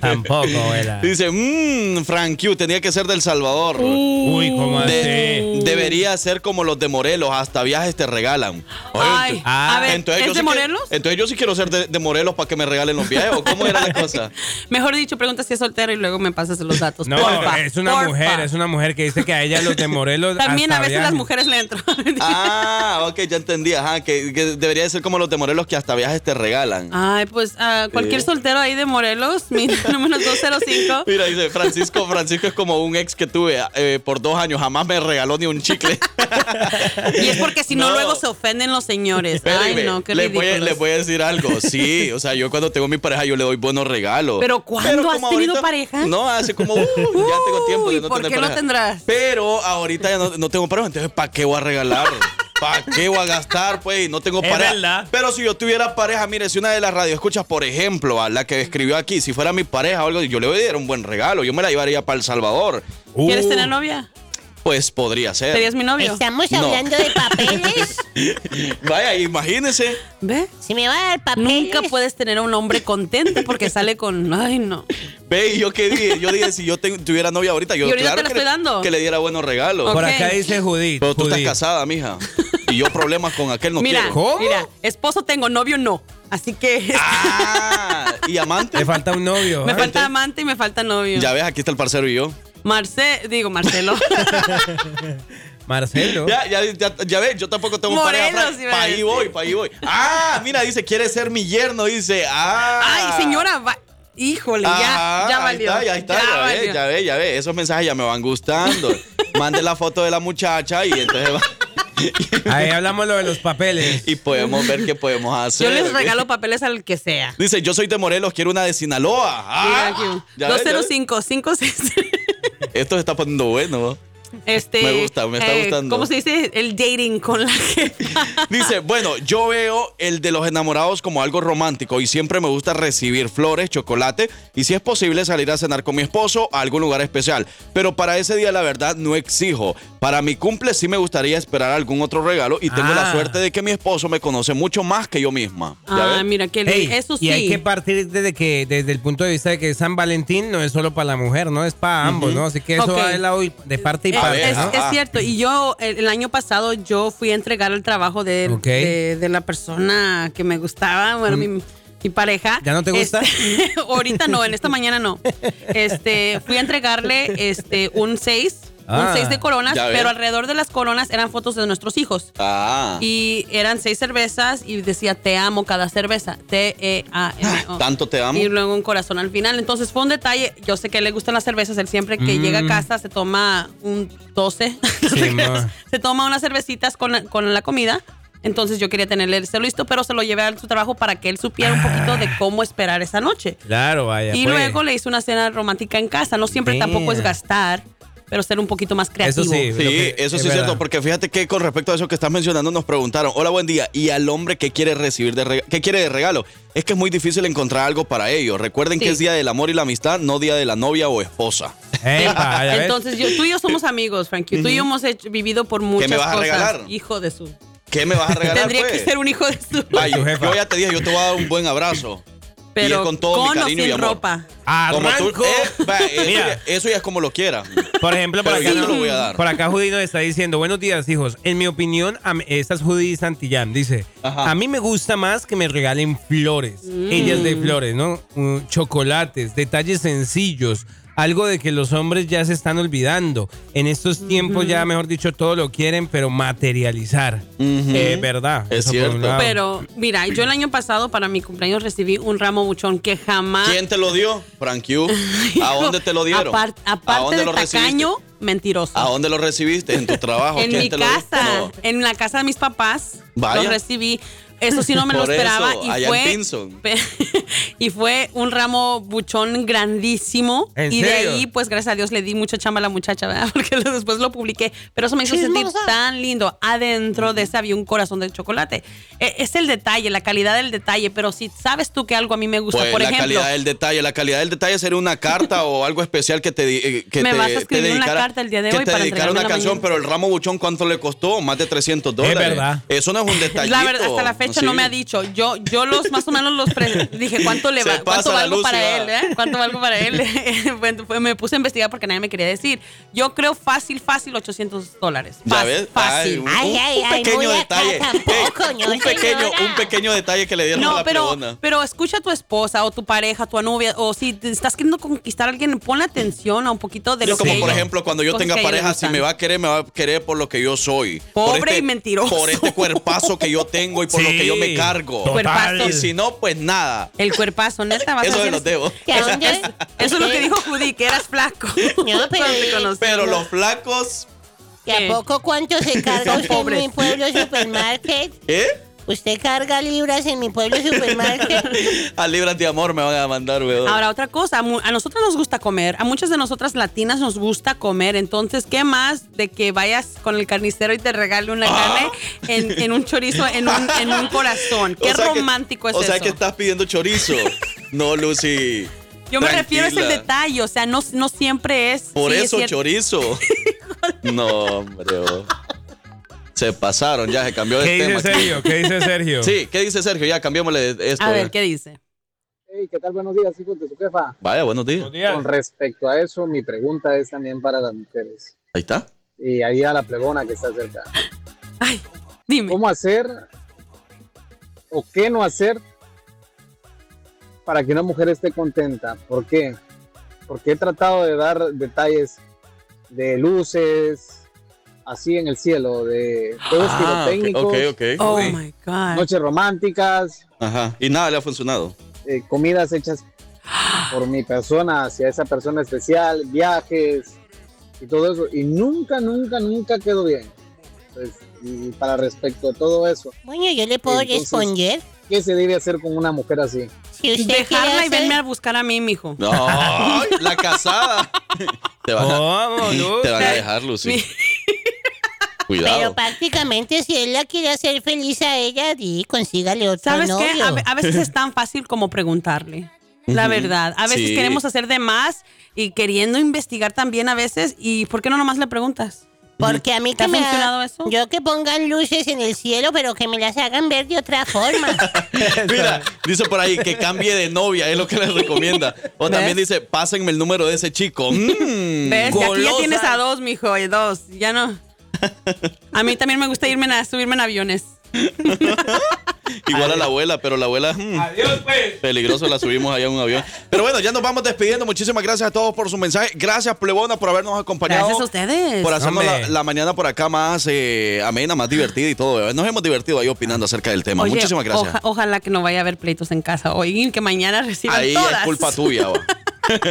Tampoco,
Ah.
abuela.
Dice, mmm, Frank Q, tenía que ser del Salvador.
Uh.
Uy, ¿cómo
De-
Ah,
Debería ser como los de Morelos, hasta viajes te regalan. Oye, ah,
Ay, a ver, ¿es
yo
de
sí que-
Morelos?
entonces yo sí quiero ser de, de Morelos para que me regalen los viajes. ¿o ¿Cómo era la cosa?
Mejor dicho, pregunta si es soltero y luego me pasas los datos.
No,
porfa,
es una
porfa.
mujer, es una mujer que dice que a ella los de Morelos.
También a
hasta
veces las
viajan.
mujeres le entran.
Ah, ok, ya entendí. Ajá, que, que debería ser como los de Morelos que hasta viajes te regalan.
Ay, pues ah, cualquier
Sí.
soltero ahí de Morelos, mi número es 205.
Mira, dice Francisco, Francisco es como un ex que tuve eh, por dos años, jamás me regaló ni un chicle.
Y es porque si no,
No.
luego se ofenden los señores. Ay,
Espérenme,
no, qué
les, voy a,
ridículos.
les voy a decir algo. Sí, o sea, yo cuando tengo mi pareja, yo le doy buenos regalos.
Pero ¿cuándo has
como
tenido
ahorita-
pareja?
No, hace como, uh, ya tengo tiempo de no
¿por
tener
qué no
pareja.
tendrás?
Pero ahorita ya no, no tengo pareja, entonces ¿para qué voy a regalar? ¿Para qué voy a gastar, pues? Y No tengo
Es
pareja.
verdad.
Pero si yo tuviera pareja, mire, si una de las radioescuchas, por ejemplo, a la que escribió aquí, si fuera mi pareja o algo, yo le voy a dar un buen regalo. Yo me la llevaría para El Salvador.
¿Quieres
Uh,
tener novia?
Pues podría ser.
¿Serías mi novio? Estamos
No. hablando
de papeles.
Vaya, imagínense.
¿Ve? Si me va a dar papeles. Nunca puedes tener a un hombre contento porque sale con. Ay, no.
Ve, ¿y yo qué dije? Yo dije, si yo te- tuviera novia ahorita, yo
Y ahorita
claro
te la
que,
estoy
le,
dando.
que le diera buenos regalos.
Por Ok. acá dice
Judith.
Pero tú
Judith.
estás casada, mija. Y yo problemas con aquel no
mira,
quiero.
mira, esposo tengo, novio no. Así que
Ah. ¿Y amante?
Le falta un novio.
me
¿eh?
falta amante y me falta novio.
Ya ves, aquí está el parcero y yo.
Marce, digo Marcelo.
Marcelo.
Ya, ya, ya, ya ves, yo tampoco tengo
Morelos,
pareja.
iba a
Frank. Pa' ahí
decir.
voy, pa' ahí voy. Ah, mira, dice, quiere ser mi yerno, dice. Ah.
Ay, señora, va- híjole, ya,
Ajá,
ya valió.
Ahí está, ya está,
Ya
ya,
valió.
ves, ya ves, ya ves. Esos mensajes ya me van gustando. Mande la foto de la muchacha y entonces va-
Ahí hablamos lo de los papeles.
y podemos ver qué podemos hacer.
Yo les
¿ok?
regalo papeles al que sea.
Dice, yo soy de Morelos, quiero una de Sinaloa.
Mira
Ah,
aquí.
ya ves, ya ves.
205 566
Esto se está poniendo bueno.
Este,
Me gusta, me está gustando.
¿Cómo se dice? El dating con la que.
Dice, bueno, yo veo el de los enamorados como algo romántico y siempre me gusta recibir flores, chocolate y si es posible salir a cenar con mi esposo a algún lugar especial. Pero para ese día la verdad no exijo. Para mi cumple sí me gustaría esperar algún otro regalo y tengo
Ah.
la suerte de que mi esposo me conoce mucho más que yo misma. ¿Ya
Ah,
ves?
mira, que
Ey,
eso
Y hay
sí.
que partir desde que desde el punto de vista de que San Valentín no es solo para la mujer, no es para ambos, ¿no? Así que eso
Ok.
va de, lado y- de parte y
Eh,
parte.
es,
¿no? Ah.
es cierto, y yo el, el año pasado yo fui a entregar el trabajo de,
Ok. Mm.
de, de la persona que me gustaba, bueno, mi, mi pareja.
¿Ya no te gusta?
Este, ahorita no, en esta mañana no. Este, fui a entregarle este, un 6,
Ah,
un 6 de coronas,
ya ves.
pero alrededor de las coronas eran fotos de nuestros hijos.
Ah.
Y eran seis cervezas y decía te amo cada cerveza. E T-E-A-M-O.
Ah, Tanto te amo.
Y luego un corazón al final. Entonces fue un detalle. Yo sé que le gustan las cervezas. Él siempre que
Mm.
llega a casa se toma un 12.
Sí, ma.
se toma unas cervecitas con la, con la comida. Entonces yo quería tenerle eso listo, pero se lo llevé a su trabajo para que él supiera un poquito
Ah.
de cómo esperar esa noche.
Claro, vaya.
y
pues.
luego le hice una cena romántica en casa. No siempre tampoco es
Damn.
gastar, pero ser un poquito más creativo.
Sí, eso sí es cierto, porque fíjate que con respecto a eso que estás mencionando nos preguntaron, hola, buen día, y al hombre que quiere recibir de rega- qué quiere de regalo. Es que es muy difícil encontrar algo para ellos. Recuerden que es día del amor y la amistad, no día de la novia o esposa.
Entonces, yo, tú y yo somos amigos, Frankie. Tú y yo hemos hecho- vivido por muchas
me vas a
cosas.
regalar?
Hijo de su.
¿Qué me vas a regalar?
Tendría
pues?
que ser un hijo de su.
Ay, yo ya te dije, yo te voy a dar un buen abrazo. y es
Pero
con todo mi
o
cariño y
sin
amor.
ropa.
Como tú-
Arranco.
eh, va, eh, eso,
Mira.
ya, eso ya es como lo quiera.
Por ejemplo, por
Pero
acá,
yo te lo voy a dar.
por acá Judy nos está diciendo, buenos días hijos, en mi opinión, a mí- esta es Judy Santillán, dice, a mí me gusta más que me regalen flores,
Mm.
ellas de flores, ¿no? Mm, chocolates, detalles sencillos, algo de que los hombres ya se están olvidando. En estos tiempos ya, mejor dicho, todo lo quieren, pero materializar. Eh, ¿Verdad?
Es
Eso por un
cierto.
lado.
Pero, mira, yo el año pasado para mi cumpleaños recibí un ramo buchón que jamás.
¿Quién te lo dio? Frank Yu. ¿A dónde te lo dieron?
Apar-
¿A
aparte
dónde
de
lo recibiste?
tacaño, mentiroso.
¿A dónde lo recibiste? ¿En tu trabajo?
en
¿Quién
mi
te lo dio?
casa,
No.
en la casa de mis papás,
Vaya.
los recibí. Eso sí no me lo
Por eso,
esperaba y
allá en
fue
Pinson.
y fue un ramo buchón grandísimo
¿En
y
serio?
de ahí pues gracias a Dios le di mucha chamba a la muchacha, ¿verdad? Porque lo- después lo publiqué, pero eso me hizo sentir
Chismosa.
tan lindo. Adentro de ese había un corazón de chocolate. E- Es el detalle, la calidad del detalle, pero si sabes tú que algo a mí me gusta,
Pues
por
la
ejemplo,
calidad del detalle, la calidad del detalle sería una carta o algo especial que te di- eh, que
Me
te,
vas a
te
escribir una carta el día de
que
hoy
te
para
dedicara
entregarme
una
en la
canción,
mañana.
pero el ramo buchón cuánto le costó, más de 300 dólares.
verdad.
Eso no es un detallito.
la verdad hasta la fecha hecho,
Sí.
no me ha dicho. Yo, yo los más o menos los pre- dije, ¿cuánto le
Se
va, cuánto
pasa la
valgo
luz y
para
va.
él? eh? ¿Cuánto valgo para él? Bueno, pues me puse a investigar porque nadie me quería decir. Yo creo fácil, fácil 800 dólares.
Ya ves, ay,
Fácil.
un, un pequeño detaño. un pequeño, un pequeño detalle que le dieron a
No,
la
pero,
pregunta.
pero escucha a tu esposa o tu pareja, tu novia, o si te estás queriendo conquistar a alguien, ponle atención a un poquito de
Sí,
lo
como
que
por
ella-
ejemplo, cuando yo
cosas
tenga
que a ella le
pareja, si
gustan.
me va a querer, me va a querer por lo que yo soy.
Pobre
por
y mentiroso.
Por este cuerpazo que yo tengo y por lo
Sí,
que yo me cargo.
Cuerpazo.
Y si no, pues nada.
El cuerpazo, neta, vas
Eso
a
se
hacer
los debo.
Eso, eso- eso es lo que dijo Judy, que eras flaco.
No, pero-
Cuando te conocí.
Pero los flacos.
¿Y a poco cuánto se carga usted en
Pobres.
mi pueblo supermarket?
¿Eh?
¿Usted carga libras en mi pueblo supermarket?
A libras de amor me van a mandar, weón.
Ahora, otra cosa, mu- a nosotros nos gusta comer, a muchas de nosotras latinas nos gusta comer, entonces, ¿qué más de que vayas con el carnicero y te regale una carne en, en un chorizo, en un, en un corazón? Qué
Ah. O sea que-
romántico es
O sea
eso.
que estás pidiendo chorizo. No, Lucy.
Yo me refiero a ese
tranquila.
detalle, o sea, no, no siempre es...
Por
sí, es
eso,
cierto.
chorizo. no, hombre. oh. Se pasaron, ya se cambió de
¿Qué dice
tema. aquí.
Sergio? ¿Qué dice Sergio?
Sí, ¿qué dice Sergio? Ya, cambiémosle de- esto.
A
ya.
ver, ¿qué dice?
Hey, ¿qué tal? Buenos días, hijos de su jefa.
Vaya, buenos días.
Con respecto a eso, mi pregunta es también para las mujeres.
Ahí está.
Y ahí a la pregona que está cerca.
Dime.
¿Cómo hacer o qué no hacer para que una mujer esté contenta? ¿Por qué? Porque he tratado de dar detalles de luces, así en el cielo, de eh, juegos
Ah, ok,
pirotécnicos,
ok, ok. Oh, Uy. my
noches románticas,
Ajá. Y nada le ha funcionado.
eh, comidas hechas por mi persona hacia esa persona especial, viajes y todo eso. Y nunca, nunca, nunca quedó bien. Pues, y para respecto a todo eso.
Bueno, yo le puedo
entonces,
responder.
¿Qué se debe hacer con una mujer así?
Si
Pues,
usted quiere
Dejarla y
hacer-
venme a buscar a mí, mijo.
No, la casada. Te van a,
Vámonos.
te van a dejar, Lucy.
Pero
Cuidado.
prácticamente si él la quiere hacer feliz a ella, di, consígale otro
¿Sabes
novio.
qué? A, ve- a veces es tan fácil como preguntarle. La
Ujú.
verdad. A veces
Sí.
queremos hacer de más y queriendo investigar también a veces. ¿Y por qué no nomás le preguntas?
Porque a mí
¿Te
que
ha
me ha-
funcionado eso?
Yo que pongan luces en el cielo, pero que me las hagan ver de otra forma.
Mira, dice por ahí que cambie de novia, es lo que les recomienda. O también dice, pásenme el número de ese chico. Mm,
¿Ves? Y aquí ya
golosa.
tienes a dos, mijo, y dos. Ya no. A mí también me gusta irme a subirme en aviones.
Igual a la abuela, pero la abuela. Adiós, pues. Peligroso, la subimos allá en un avión. Pero bueno, ya nos vamos despidiendo. Muchísimas gracias a todos por su mensaje. Gracias, Plebona, por habernos acompañado.
Gracias a ustedes.
Por hacernos
Hombre.
la, la mañana por acá más eh, amena, más divertida y todo. ¿eh? Nos hemos divertido ahí opinando acerca del tema.
Oye,
Muchísimas gracias.
oja- ojalá que no vaya a haber pleitos en casa hoy y que mañana reciban
Ahí
todas.
es culpa tuya. va.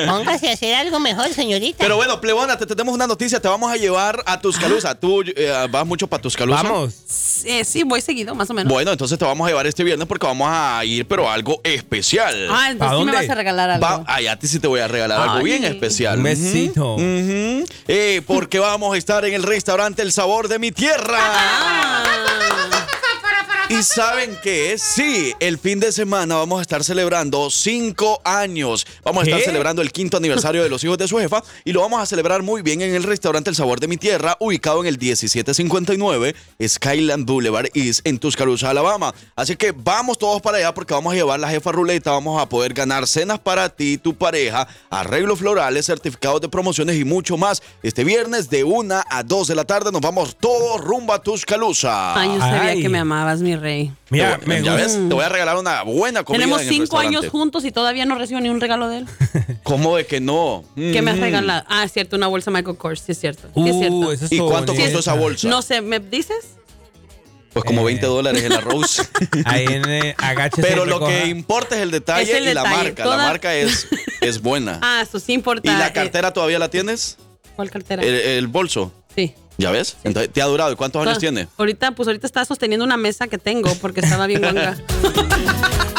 Póngase a hacer algo mejor, señorita.
Pero bueno, Plebona, te tenemos una noticia. Te vamos a llevar a Tuscaloosa. Tú eh, vas mucho para Tuscaloosa.
Ah. Vamos.
Eh, sí, voy seguido, más o menos.
Bueno, entonces te vamos a llevar este viernes porque vamos a ir, pero a algo especial.
Ah, entonces sí me vas a regalar algo.
Va- ay, a ti sí te voy a regalar algo
Ay.
bien especial.
Un besito.
Ujú, ujú. Eh, porque vamos a estar en el restaurante El Sabor de mi Tierra.
Ah.
¿Y saben qué? Sí, el fin de semana vamos a estar celebrando cinco años. Vamos a estar
¿Qué?
celebrando el quinto aniversario de los hijos de su jefa y lo vamos a celebrar muy bien en el restaurante El Sabor de mi Tierra, ubicado en el 1759 Skyland Boulevard East en Tuscaloosa, Alabama. Así que vamos todos para allá porque vamos a llevar la jefa ruleta, vamos a poder ganar cenas para ti, tu pareja, arreglos florales, certificados de promociones y mucho más. Este viernes de 1 a 2 de la tarde nos vamos todos rumbo a Tuscaloosa.
Ay, yo sabía
Ay.
que me amabas, mi rey.
Mira,
Te-
me
ya
gusta.
ves, te voy a regalar una buena comida.
Tenemos
en el
cinco años
restaurante.
juntos y todavía no recibo ni un regalo de él.
¿Cómo de que no?
¿Qué me has
Mm.
regalado? Ah, es cierto, una bolsa Michael Kors, sí es cierto. sí es
Uh,
cierto.
eso ¿Y estuvo cuánto bonito. costó esa bolsa?
No sé, ¿me dices?
Pues como 20 dólares en la Rose.
Ahí en eh, agáchese y
Pero lo
recoja.
que importa es el detalle
Es el
y la
detalle.
marca. La
Toda-
marca es, es buena.
Ah, eso sí importa.
¿Y la
Eh,
cartera Eh, todavía la tienes?
¿Cuál cartera?
El, el bolso.
Sí.
¿Ya ves? Entonces, ¿Te ha durado? ¿Y ¿Cuántos años
Ah,
tiene?
Ahorita, pues ahorita está sosteniendo una mesa que tengo porque estaba bien guanga.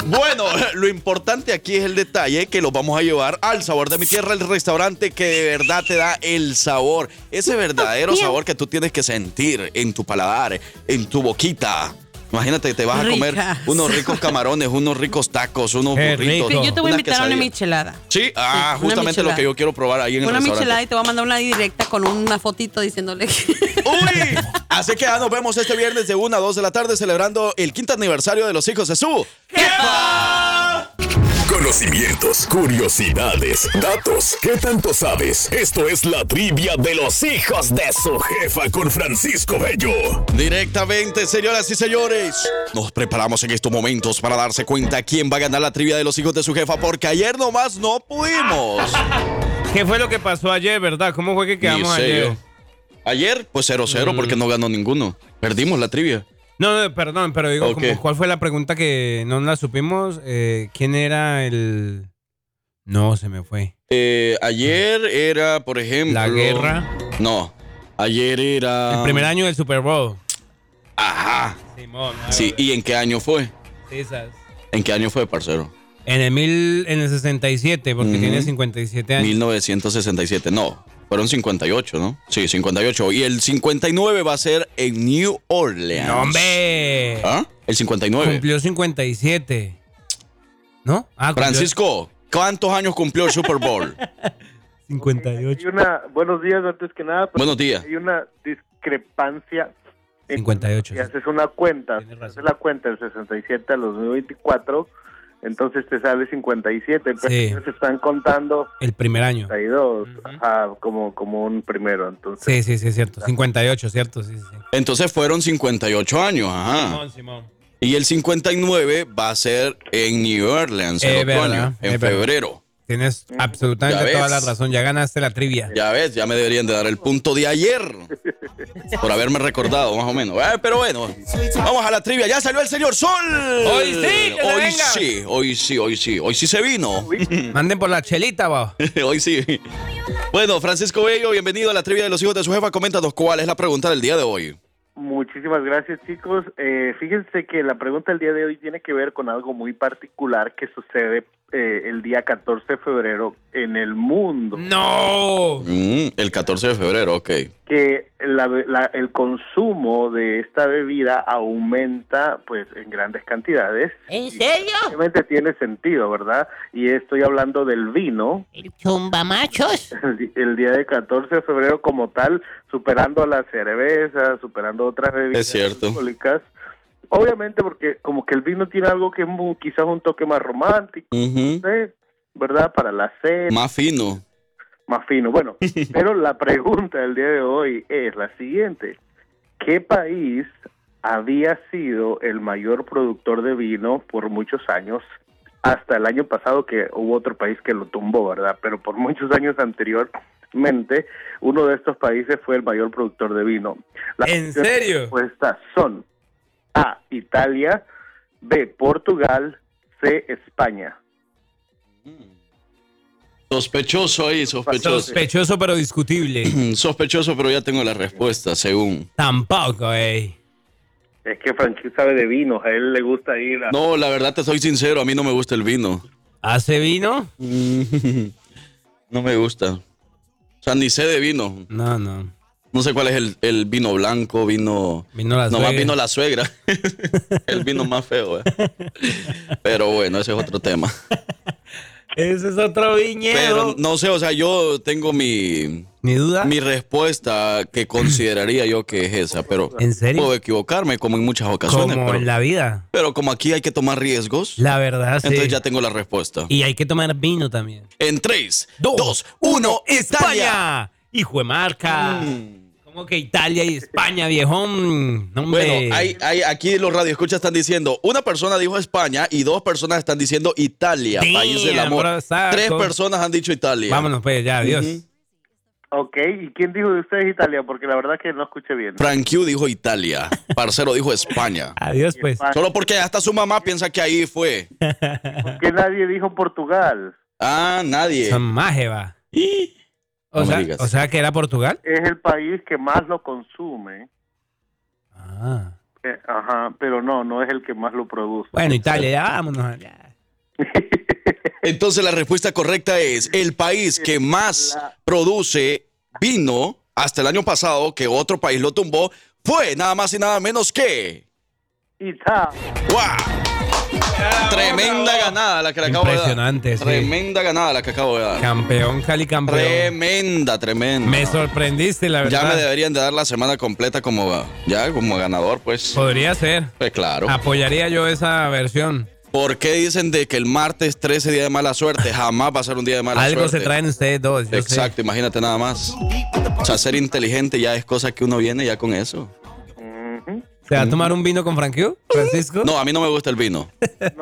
Bueno, lo importante aquí es el detalle que los vamos a llevar al sabor de mi tierra, el restaurante que de verdad te da el sabor, ese verdadero sabor que tú tienes que sentir en tu paladar, en tu boquita. Imagínate, te vas a comer
Ricas.
unos ricos camarones, unos ricos tacos, unos burritos.
Yo te voy a invitar a
unas
una
quesadillas.
michelada.
Sí, ah,
Sí, una
justamente lo
michelada.
que yo quiero probar ahí en el
Una michelada y
restaurante.
te voy a mandar una directa con una fotito diciéndole que...
Así que ya nos vemos este viernes de 1 a 2 de la tarde celebrando el quinto aniversario de los hijos de su.
Conocimientos, curiosidades, datos. ¿Qué tanto sabes? Esto es la trivia de los hijos de su jefa con Francisco Bello.
Directamente, señoras y señores, nos preparamos en estos momentos para darse cuenta quién va a ganar la trivia de los hijos de su jefa, porque ayer nomás no pudimos.
¿Qué fue lo que pasó ayer, verdad? ¿Cómo fue que quedamos
Ni sé
ayer? Mm.
yo. Ayer, pues 0-0, porque no ganó ninguno. Perdimos la trivia.
No, no, perdón, pero digo,
Ok.
como, ¿cuál fue la pregunta que no la supimos? Eh, ¿Quién era el...? No, se me fue.
Eh, ayer era, por ejemplo.
¿La guerra?
No. Ayer era.
El primer año del Super Bowl.
Ajá. Sí, ¿y en qué año fue? ¿En qué año fue, parcero?
En el, mil, en el 67, porque
Ujú.
tiene 57 años.
1967. No, fueron 58, ¿no? Sí, 58. Y el 59 va a ser en New Orleans.
¡No, hombre!
¿Ah? El 59.
Cumplió 57. ¿No? Ah, cumplió-
Francisco, ¿cuántos años cumplió el Super Bowl?
58.
Hay una, buenos días antes que nada. pero
Buenos días.
Hay una discrepancia. en
58.
Si haces una cuenta, si haces la cuenta del 67 al 2024, entonces te sale 57. Pero
Sí.
ellos están contando
El primer año.
32 ajá, como, como un primero. Entonces,
Sí, sí, sí, es cierto. 58, ¿cierto? Sí, sí.
Entonces fueron 58 años, ajá.
Simón.
Y el 59 va a ser en New Orleans,
Es
el otoño,
verdad,
en
es verdad.
febrero.
Tienes absolutamente
Ya
toda
ves.
la razón. Ya ganaste la trivia.
Ya ves, ya me deberían de dar el punto de ayer. Por haberme recordado, más o menos. Eh, pero bueno, vamos a la trivia. Ya salió el señor Sol.
Hoy sí, que se
Hoy
venga.
sí, hoy sí, hoy sí. Hoy sí se vino.
Manden por la chelita, va.
hoy sí. Bueno, Francisco Bello, bienvenido a la trivia de los hijos de su jefa. Coméntanos cuál es la pregunta del día de hoy.
Muchísimas gracias, chicos. Eh, fíjense que la pregunta del día de hoy tiene que ver con algo muy particular que sucede eh, el día 14 de febrero en el mundo.
¡No!
Mm, el 14 de febrero, ok.
que la be- la- el consumo de esta bebida aumenta pues en grandes cantidades.
¿En serio?
Obviamente tiene sentido, ¿verdad? Y estoy hablando del vino.
El chumbamachos.
El, di- el día de 14 de febrero como tal, superando a la cerveza, superando otras bebidas
Es cierto.
alcohólicas. Obviamente porque como que el vino tiene algo que es mu- quizás un toque más romántico,
Ujú.
¿sí? ¿verdad? Para la cena
Más fino.
más fino. Bueno, pero la pregunta del día de hoy es la siguiente. ¿Qué país había sido el mayor productor de vino por muchos años? Hasta el año pasado que hubo otro país que lo tumbó, ¿verdad? Pero por muchos años anteriormente, uno de estos países fue el mayor productor de vino.
¿En
opciones de
serio?
respuesta son A, Italia, B, Portugal, C, España.
Sospechoso ahí, sospechoso. Mm,
Sospechoso, pero discutible.
Sospechoso, pero ya tengo la respuesta, según.
Tampoco, ey.
Es que Frankie sabe de vinos, a él le gusta ir a...
No, la verdad te soy sincero, a mí no me gusta el vino.
¿Hace vino?
No me gusta. O sea, ni sé de vino.
No, no.
No sé cuál es el, el vino blanco, vino...
Vino la
no, más
suegra.
vino la suegra. el vino más feo, eh. Pero bueno, ese es otro tema.
Ese es otro
Pero
viñedo.
no sé, o sea, yo tengo mi...
Ni duda.
Mi respuesta que consideraría yo que es esa, pero...
¿En serio?
Puedo equivocarme, como en muchas ocasiones.
Como
pero,
en la vida.
pero como aquí hay que tomar riesgos,
La verdad, sí.
entonces ya tengo la respuesta.
Y hay que tomar vino también.
En 3, 2, 1, Italia. Mm.
¡España! ¡Hijo de marca! ¿Cómo que Italia y España, viejón? No, hombre.
Bueno, hay, hay, aquí los radioescuchas están diciendo, una persona dijo España y dos personas están diciendo Italia,
Damn,
país del amor.
bro, exacto.
Tres personas han dicho Italia.
Vámonos, pues, ya, adiós.
Ok, ¿y quién dijo de ustedes Italia? Porque la verdad que no escuché bien.
Frank Q dijo Italia, Parcero dijo España.
Adiós, pues.
Solo porque hasta su mamá piensa que ahí fue.
¿Por qué nadie dijo Portugal?
Ah, nadie.
Son maje, va.
No
O,
me
sea,
digas.
o sea, que era Portugal.
Es el país que más lo consume.
Ah.
Eh, ajá, pero no, no es el que más lo produce.
Bueno, Italia, ya vámonos.
Entonces la respuesta correcta es el país que más produce vino hasta el año pasado que otro país lo tumbó fue nada más y nada menos que
Ita.
Tremenda ganada la que le acabo de dar.
Impresionante, sí.
Tremenda ganada la que acabo de dar.
Campeón, Cali campeón.
Tremenda, tremenda.
Me sorprendiste, la verdad.
Ya me deberían de dar la semana completa como ya como ganador, pues.
Podría ser.
Pues claro.
ah. Apoyaría yo esa versión.
¿Por qué dicen de que el martes 13 día de mala suerte? Jamás va a ser un día de mala
Algo
suerte.
se traen ustedes dos. yo sé.
Exacto, imagínate nada más. O sea, ser inteligente ya es cosa que uno viene ya con eso.
¿Se va a tomar un vino con Frankie? Francisco.
No, a mí no me gusta el vino.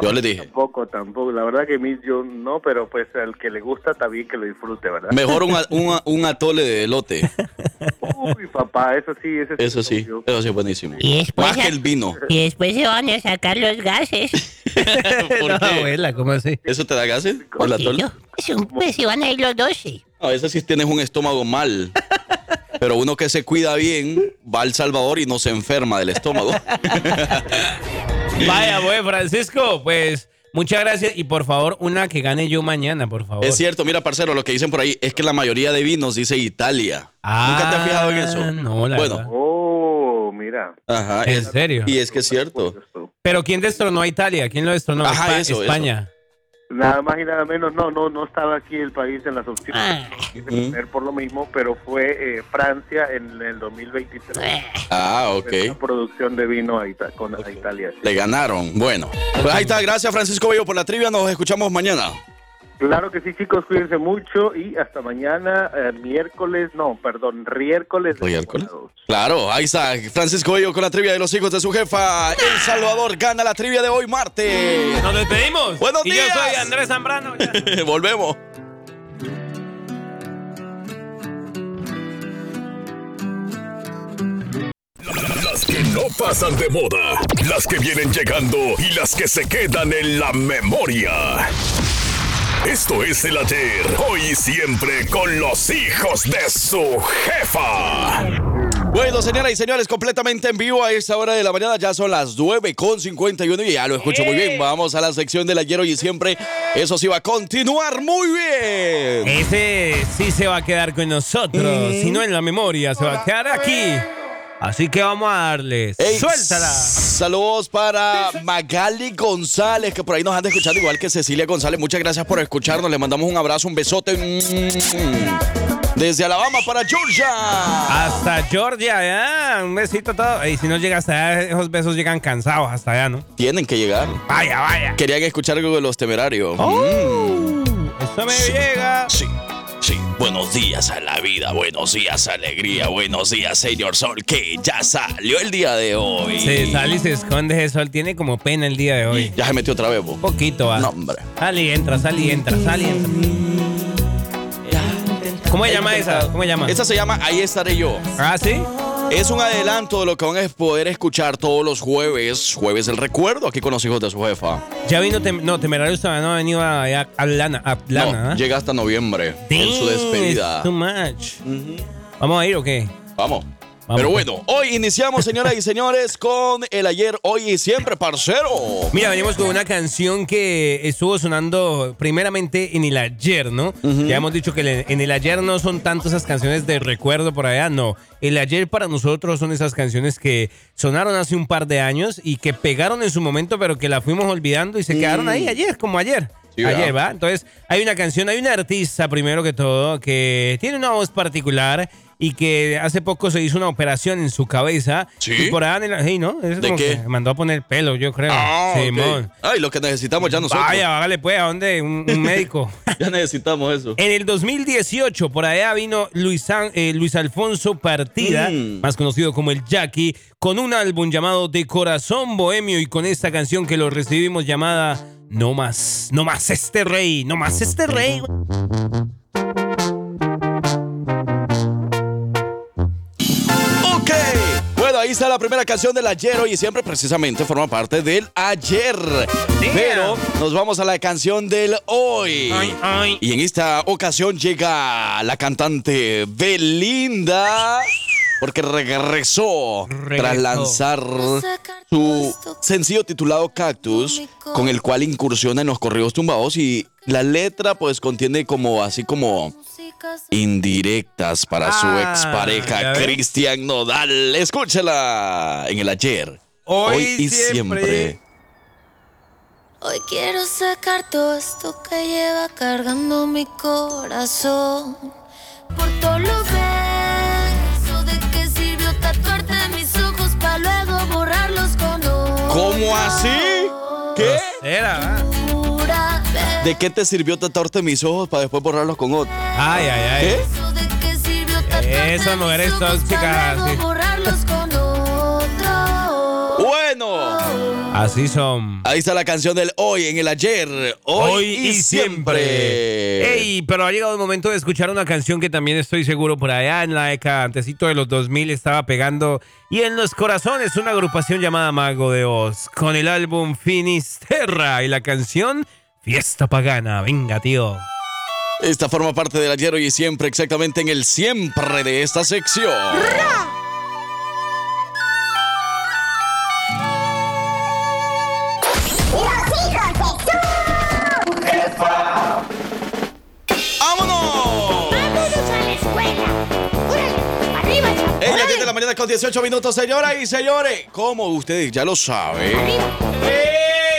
Yo le dije.
Tampoco, tampoco. La verdad que a mí yo no, pero pues al que le gusta está bien que lo disfrute, ¿verdad?
Mejor un, a- un a- un atole de elote.
Uy, papá, eso sí, eso sí.
Eso sí, eso sí es buenísimo.
Y después
Más que
a-
el vino.
Y después se van a sacar los gases.
¿Por qué?
abuela, ¿cómo así?
¿Eso te da gases? ¿Por la atole?
Es un- Pues se van a ir los 12.
A veces sí tienes un estómago mal. Pero uno que se cuida bien va al Salvador y no se enferma del estómago.
Vaya, pues, Francisco, pues muchas gracias y por favor, una que gane yo mañana, por favor.
Es cierto, mira, parcero, lo que dicen por ahí es que la mayoría de vinos dice Italia. ¿Nunca te has fijado en eso?
No, la
Bueno.
verdad.
Oh, mira.
Ajá.
¿En
es-
serio?
Y es que es cierto.
Pero ¿quién destronó a Italia? ¿Quién lo destronó?
Ajá,
Espa-
eso, eso.
España.
Nada más y nada menos, no, no, no estaba aquí el país en las
Ah.
Ah.
opciones Quise poner por lo mismo, pero fue eh, Francia en el
Eh.
2023.
Ah,
La
ok.
producción de vino a, Ita- con, a Italia. sí.
Le ganaron. Bueno. Pues ahí está. Gracias, Francisco Bello, por la trivia. Nos escuchamos mañana.
Claro que sí, chicos, cuídense mucho y hasta mañana, eh, miércoles, no, perdón, riércoles. de
¿Riércoles? Claro, ahí está. Francisco Bello con la trivia de los hijos de su jefa. El Salvador gana la trivia de hoy martes.
Nos despedimos.
Buenos
y
días.
yo soy Andrés Zambrano.
Volvemos.
Las que no pasan de moda, las que vienen llegando y las que se quedan en la memoria. Esto es el ayer, hoy y siempre con los hijos de su jefa.
Bueno, señoras y señores, completamente en vivo a esta hora de la mañana. Ya son las 9 con 51 y ya lo escucho muy bien. Vamos a la sección del ayer, hoy y siempre. Eso sí va a continuar muy bien.
Ese sí se va a quedar con nosotros.
Eh.
Si no en la memoria, se va a quedar aquí. Así que vamos a darles.
Ey,
¡Suéltala!
Saludos para Magali González, que por ahí nos anda escuchando, igual que Cecilia González. Muchas gracias por escucharnos. Le mandamos un abrazo, un besote. Mm. Desde Alabama para Georgia.
Hasta Georgia, ya. Un besito todo. Y si no llega hasta allá, esos besos llegan cansados hasta allá, ¿no?
Tienen que llegar.
Vaya, vaya. Oh.
Querían escuchar algo de los temerarios. Mm.
Eso me llega.
Sí, sí. Buenos días a la vida, buenos días alegría, buenos días señor Sol, que ya salió el día de hoy.
Se sale y se esconde ese sol. Tiene como pena el día de hoy.
Ya se metió otra vez, vos.
Poquito va.
No, hombre.
Sal y entra, sal y entra, sal y entra. ¿Cómo se llama esa? ¿Cómo se llama?
Esa se llama Ahí estaré yo.
Ah, sí.
Es un adelanto de lo que van a poder escuchar todos los jueves, jueves el recuerdo, aquí con los hijos de su jefa.
Ya vino, tem- no, Temerario todavía no ha venido a, a Atlana. a Atlana,
No,
¿ah?
llega hasta noviembre en su
Damn,
despedida.
it's Too much. ¿Vamos a ir o qué?
Vamos. Pero
pues.
bueno, hoy iniciamos, señoras y señores, con el ayer, hoy y siempre, parcero.
Mira, venimos con una canción que estuvo sonando primeramente en el ayer, ¿no? Ya hemos dicho que le- en el ayer no son tanto esas canciones de recuerdo por allá, no. El ayer para nosotros son esas canciones que sonaron hace un par de años y que pegaron en su momento, pero que la fuimos olvidando y se quedaron ahí ayer, como ayer.
Mm. Sí, ¿verdad?
ayer, ¿va? Entonces, hay una canción, hay una artista primero que todo que tiene una voz particular y que hace poco se hizo una operación en su cabeza.
¿Sí?
Y por allá en el- sí, ¿no? Es
¿De
como
qué?
que mandó a poner pelo, yo creo.
Ah, ok.
Simón.
Ay, lo que necesitamos ya nosotros.
Vaya, hágale pues, ¿a dónde? Un, un médico.
Ya necesitamos eso.
En el 2018, por allá vino Luis, An- eh, Luis Alfonso Partida,
Mm.
más conocido como el Jackie, con un álbum llamado De Corazón Bohemio y con esta canción que lo recibimos llamada No más, no más este rey, no más este rey.
Ok. Bueno, ahí está la primera canción del ayer hoy y siempre precisamente forma parte del ayer. Pero nos vamos a la canción del hoy. Y en esta ocasión llega la cantante Belinda. Porque regresó, tras
Regresó.
lanzar su sencillo titulado Cactus, con el cual incursiona en los corridos tumbados y la letra pues contiene como así como indirectas para su
Ah,
expareja
ya ves.
Cristian Nodal. Escúchala en el ayer,
Hoy, y siempre.
Hoy quiero sacar todo esto que lleva cargando mi corazón. Por todos los besos, ¿de qué sirvió tatuarte mis ojos para luego borrarlos con
¿Cómo así? ¿Qué?
Era.
oscura?
¿De qué te sirvió tatuarte mis ojos para después borrarlos con otro?
Ay, ay, ay.
¿Eh?
¿De qué sirvió tatuarte
Esas mujeres tóxicas.
luego
así-
borrarlos con otro?
Bueno.
Así son.
Ahí está la canción del hoy, en el ayer, hoy, y, siempre.
Ey, pero ha llegado el momento de escuchar una canción que también estoy seguro por allá en la década antesito de los 2000 estaba pegando y en los corazones una agrupación llamada Mago de Oz con el álbum Finisterra y la canción Fiesta Pagana. Venga, tío.
Esta forma parte del ayer, hoy y siempre, exactamente en el siempre de esta sección. ¡Vámonos!
¡Vámonos a la escuela! ¡Órale! ¡Arriba, chaval!
Ey, las 10 de la mañana con 18 minutos, señoras y señores. Como ustedes ya lo saben,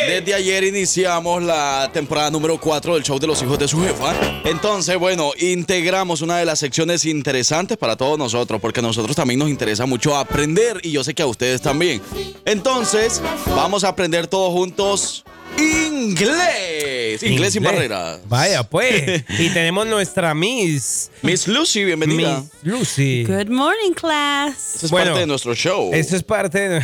desde ayer iniciamos la temporada número 4 del show de los hijos de su jefa. Entonces, bueno, integramos una de las secciones interesantes para todos nosotros, porque a nosotros también nos interesa mucho aprender y yo sé que a ustedes también. Entonces, vamos a aprender todos juntos inglés. Inglés, sin barreras.
Vaya, pues. y tenemos nuestra Miss.
Miss Lucy, bienvenida.
Miss Lucy.
Good morning, class.
Eso es parte de nuestro show.
Eso es parte de...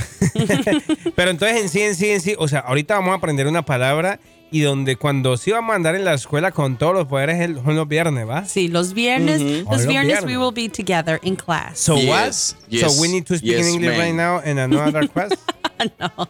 Pero entonces en sí, en sí, en sí, o sea, ahorita vamos a aprender una palabra y donde cuando sí vamos a andar en la escuela con todos los poderes el- son los viernes, ¿va?
Sí, los viernes,
Ujú.
los
Los
viernes we
viernes.
will be together in class.
So what? So we need to speak in English right now and another quest.
Ah.
no.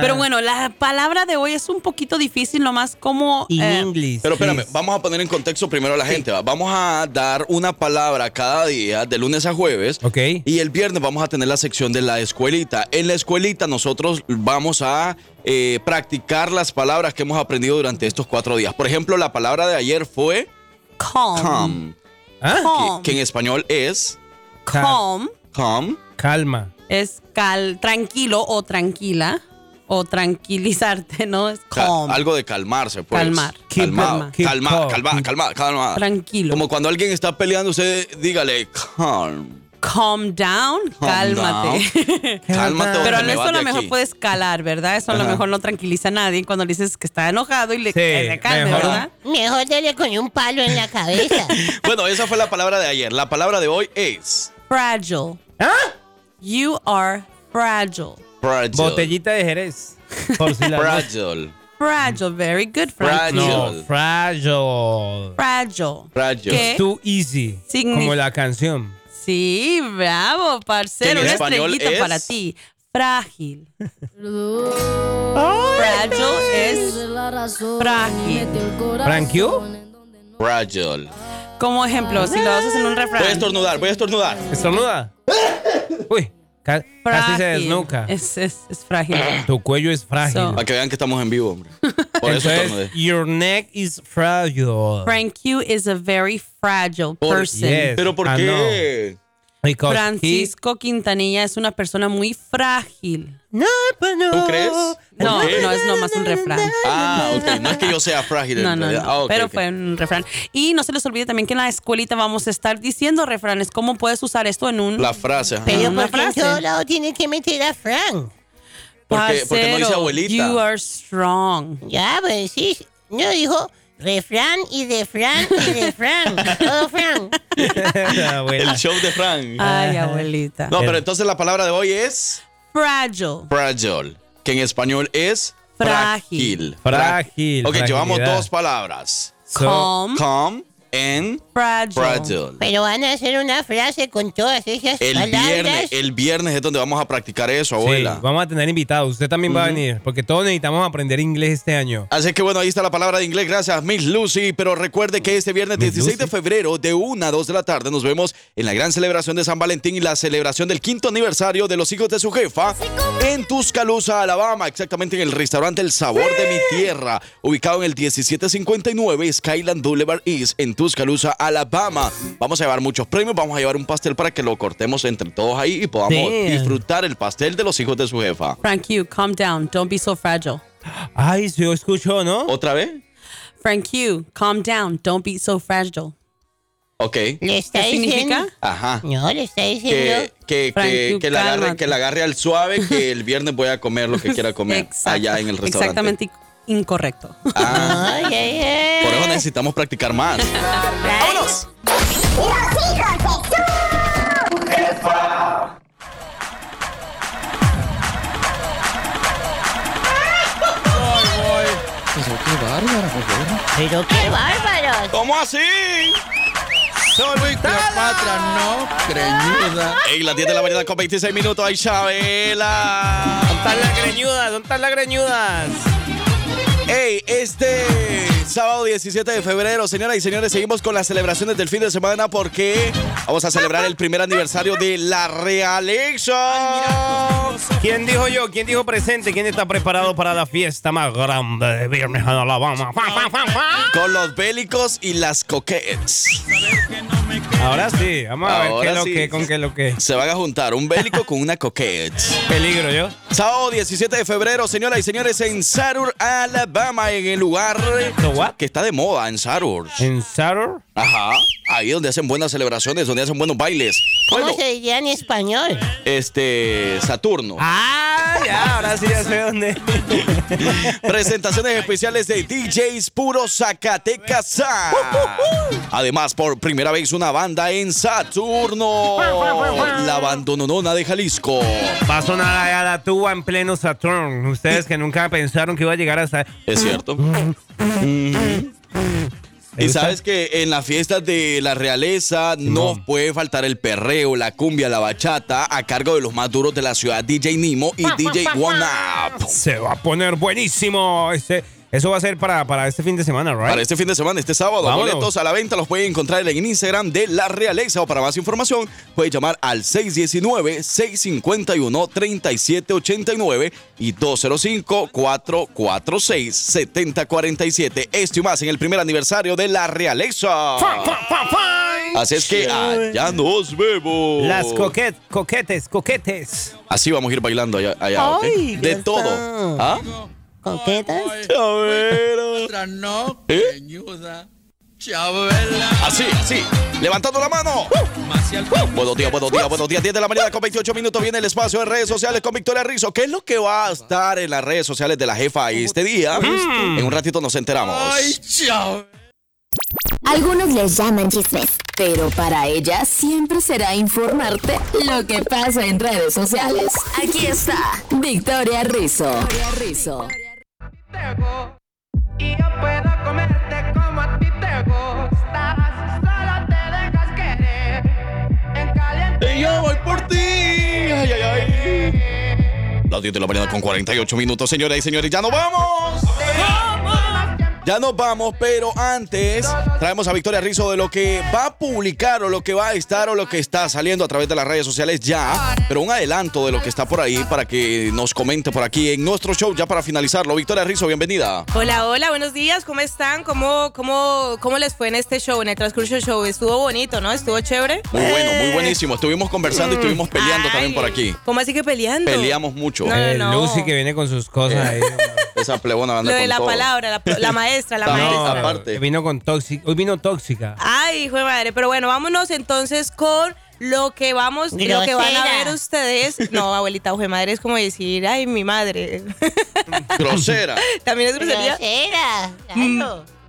Pero bueno, la palabra de hoy es un poquito difícil, nomás como... eh,
Pero espérame, vamos a poner en contexto primero a la gente. ¿va? Vamos a dar una palabra cada día, de lunes a jueves.
Ok.
Y el viernes vamos a tener la sección de la escuelita. En la escuelita nosotros vamos a eh, practicar las palabras que hemos aprendido durante estos cuatro días. Por ejemplo, la palabra de ayer fue
calm.
calm, Ah,
¿Ah?
Calm.
que en español es
Calm
calm.
Calma.
es cal, tranquilo o tranquila o tranquilizarte, ¿no? Es
Ca-
calm.
algo de calmarse, pues.
Calmar. Keep
Calmado.
calm. Keep
Calmado,
calm.
calmado, calmado, calmado.
Tranquilo.
Como cuando alguien está peleando, usted dígale calm.
Calm down,
Calm
cálmate.
Cálmate o
Pero
te me
eso
vas
a lo
de
mejor
aquí.
puede escalar, ¿verdad? Eso a lo
Ajá.
mejor no tranquiliza a nadie cuando le dices que está enojado y le
Sí,
que se calme,
mejor.
¿verdad?
Mejor dele con un palo en la cabeza.
Bueno, esa fue la palabra de ayer. La palabra de hoy es
Fragile.
¿Ah?
You are fragile.
fragile.
Botellita de Jerez. Por si la-
Fragile.
Fragile, very good, Frankie.
No, fragile.
Fragile.
Fragile.
¿Qué?
Too easy.
Significa-
Como la canción.
Sí, bravo,
Que
parcero.
en
Una
español
estrellita
es-
para ti. Frágil. Fragile es frágil.
¿Frankio?
Fragile.
Como ejemplo, si lo haces en un
Voy a
refrán.
estornudar, voy a estornudar.
¿Estornuda? Uy, ca- casi se
Frágil.
desnuca.
Es, es, es frágil.
Tu cuello es frágil.
Para que vean que estamos en vivo, hombre. Por eso estornudé.
Entonces, your neck is fragile.
Frank Q is a very fragile
Por-
person.
Yes, Ah, Pero ¿por I qué? Because
Francisco Quintanilla es una persona muy frágil.
No, pues no.
¿Tú crees?
No,
¿Por qué?
no es nomás un refrán.
Ah, ok. No es que yo sea frágil. en
No, no,
realidad.
no,
Ah, ok,
pero
ok.
fue un refrán. Y no se les olvide también que en la escuelita vamos a estar diciendo refranes. ¿Cómo puedes usar esto en un
La frase. ajá.
en
Pero
una
¿por qué en todo
frase?
lado tiene que meter a Frank?
Porque, porque no dice
Parcero,
abuelita.
You are strong.
Ya, pues sí. No, dijo refrán y refrán y refrán. Todo Frank.
El show de Frank.
Ay, abuelita.
No, pero entonces la palabra de hoy es
Fragile.
fragile, que en español es
Frágil.
frágil.
Frágil,
Ok, llevamos
fragilidad.
dos palabras.
So- Calm.
Calm and
fragile.
fragile.
Pues,
Pero van a hacer una frase con todas esas
El
palabras.
viernes, el viernes es donde vamos a practicar eso,
Sí,
abuela.
vamos a tener invitados. Usted también va a venir, porque todos necesitamos aprender inglés este año.
Así que bueno, ahí está la palabra de inglés. Gracias, Miss Lucy. Pero recuerde que este viernes 16 de febrero, de 1 a 2 de la tarde, nos vemos en la gran celebración de San Valentín y la celebración del quinto aniversario de los hijos de su jefa en Tuscaloosa, Alabama. Exactamente en el restaurante El Sabor de mi Tierra, ubicado en el 1759 Skyland Boulevard East en Tuscaloosa, Alabama. Vamos a llevar muchos premios, vamos a llevar un pastel para que lo cortemos entre todos ahí y podamos
Damn.
disfrutar el pastel de los hijos de su jefa.
Frank Q, calm down. Don't be so fragile.
Ay, se escuchó, ¿no?
¿Otra vez?
Frank Q, calm down. Don't be so fragile.
Ok.
¿Le está ¿Qué diciendo? significa?
Ajá.
No, le está diciendo-
Que, que,
Frank,
que-
tú
que la agarre,
cálmate.
que la agarre al suave, que el viernes voy a comer lo que quiera comer allá en el restaurante.
Exactamente inc- incorrecto.
Ah, Por eso necesitamos practicar más. ¡Vámonos!
qué bárbaro, Pero qué bárbaro.
¿Cómo así?
Soy Cleopatra, no.
Creñuda. Ey, las 10 de la mañana con 26 minutos. ¡Ay, Chabela!
¿Dónde están las greñudas? ¿Dónde están las greñudas?
Ey, este sábado 17 de febrero, señoras y señores, seguimos con las celebraciones del fin de semana porque vamos a celebrar el primer aniversario de la Realexa.
¿Quién dijo yo? ¿Quién dijo presente? ¿Quién está preparado para la fiesta más grande de viernes en Alabama? ¡Fa, fa, fa, fa!
Con los bélicos y las coquettes.
Ahora sí, vamos a ver
Ahora
qué lo
sí.
que, con qué lo que.
Se van a juntar un bélico con una coquette.
Peligro yo.
Sábado 17 de febrero, señoras y señores, en Sarur, Alabama, en el lugar que está de moda, en Sarur.
¿En Sarur?
Ajá. Ahí donde hacen buenas celebraciones, donde hacen buenos bailes.
¿Cómo se diría en español?
Este, Saturno.
Ah, ya, ahora sí ya sé dónde.
Presentaciones especiales de DJs Puro Zacatecas. Además, por primera vez una banda en Saturno. La bandononona de Jalisco.
Va a sonar allá la tuba en pleno Saturn. Ustedes que nunca pensaron que iba a llegar hasta.
Es cierto. Y sabes que en las fiestas de la realeza no puede faltar el perreo, la cumbia, la bachata a cargo de los más duros de la ciudad, DJ Nimo y DJ One Up.
Se va a poner buenísimo. Este, eso va a ser para, para este fin de semana, ¿right?
Para este fin de semana, este sábado,
Vámonos.
boletos a la venta los pueden encontrar en Instagram de La Realeza o para más información puedes llamar al 619-651-3789 y 205-446-7047. Esto y más en el primer aniversario de La Realeza. Así es que allá nos vemos.
Las coquetes, coquetes, coquetes.
Así vamos a ir bailando allá, allá ¿ok?
Ay,
De
ya
todo.
está.
¿Ah?
¿Coquetas?
Chabela.
No,
¿Eh?
creñuda. Chabela.
Así, así. Levantando la mano. Buenos días, buenos días, buenos días. 10 de la mañana con 28 minutos viene el espacio de redes sociales con Victoria Rizzo. ¿Qué es lo que va a estar en las redes sociales de la jefa este día? En un ratito nos enteramos.
Algunos les llaman chismes, pero para ella siempre será informarte lo que pasa en redes sociales. Aquí está Victoria Rizzo.
Y yo puedo comerte como a ti te gustas. Solo te dejas querer. En caliente.
Y yo voy por ti. Ay, ay, Las 10 de la mañana con 48 minutos, señoras y señores. ¡Ya nos vamos! Ya nos vamos, pero antes traemos a Victoria Rizzo de lo que va a publicar o lo que va a estar o lo que está saliendo a través de las redes sociales ya. Pero un adelanto de lo que está por ahí para que nos comente por aquí en nuestro show ya para finalizarlo. Victoria Rizzo, bienvenida.
Hola, hola, buenos días, ¿cómo están? ¿Cómo, cómo, ¿Cómo les fue en este show, en el transcurso del show? Estuvo bonito, ¿no? Estuvo chévere.
Muy bueno,
Eh.
muy buenísimo. Estuvimos conversando y estuvimos peleando también por aquí.
¿Cómo así que peleando?
Peleamos mucho.
No, no, Eh, no.
Lucy que viene con sus cosas ahí.
Esa plebona
Lo de la palabra, la, la maestra, la maestra.
aparte. Vino con tóxica. Hoy vino tóxica.
Ay, hijo de madre. Pero bueno, vámonos entonces con lo que vamos, lo que van a
Grosera.
ver ustedes. No, abuelita, hijo de madre es como decir, ay, mi madre.
Grosera.
También es grosería.
Grosera,
Mm,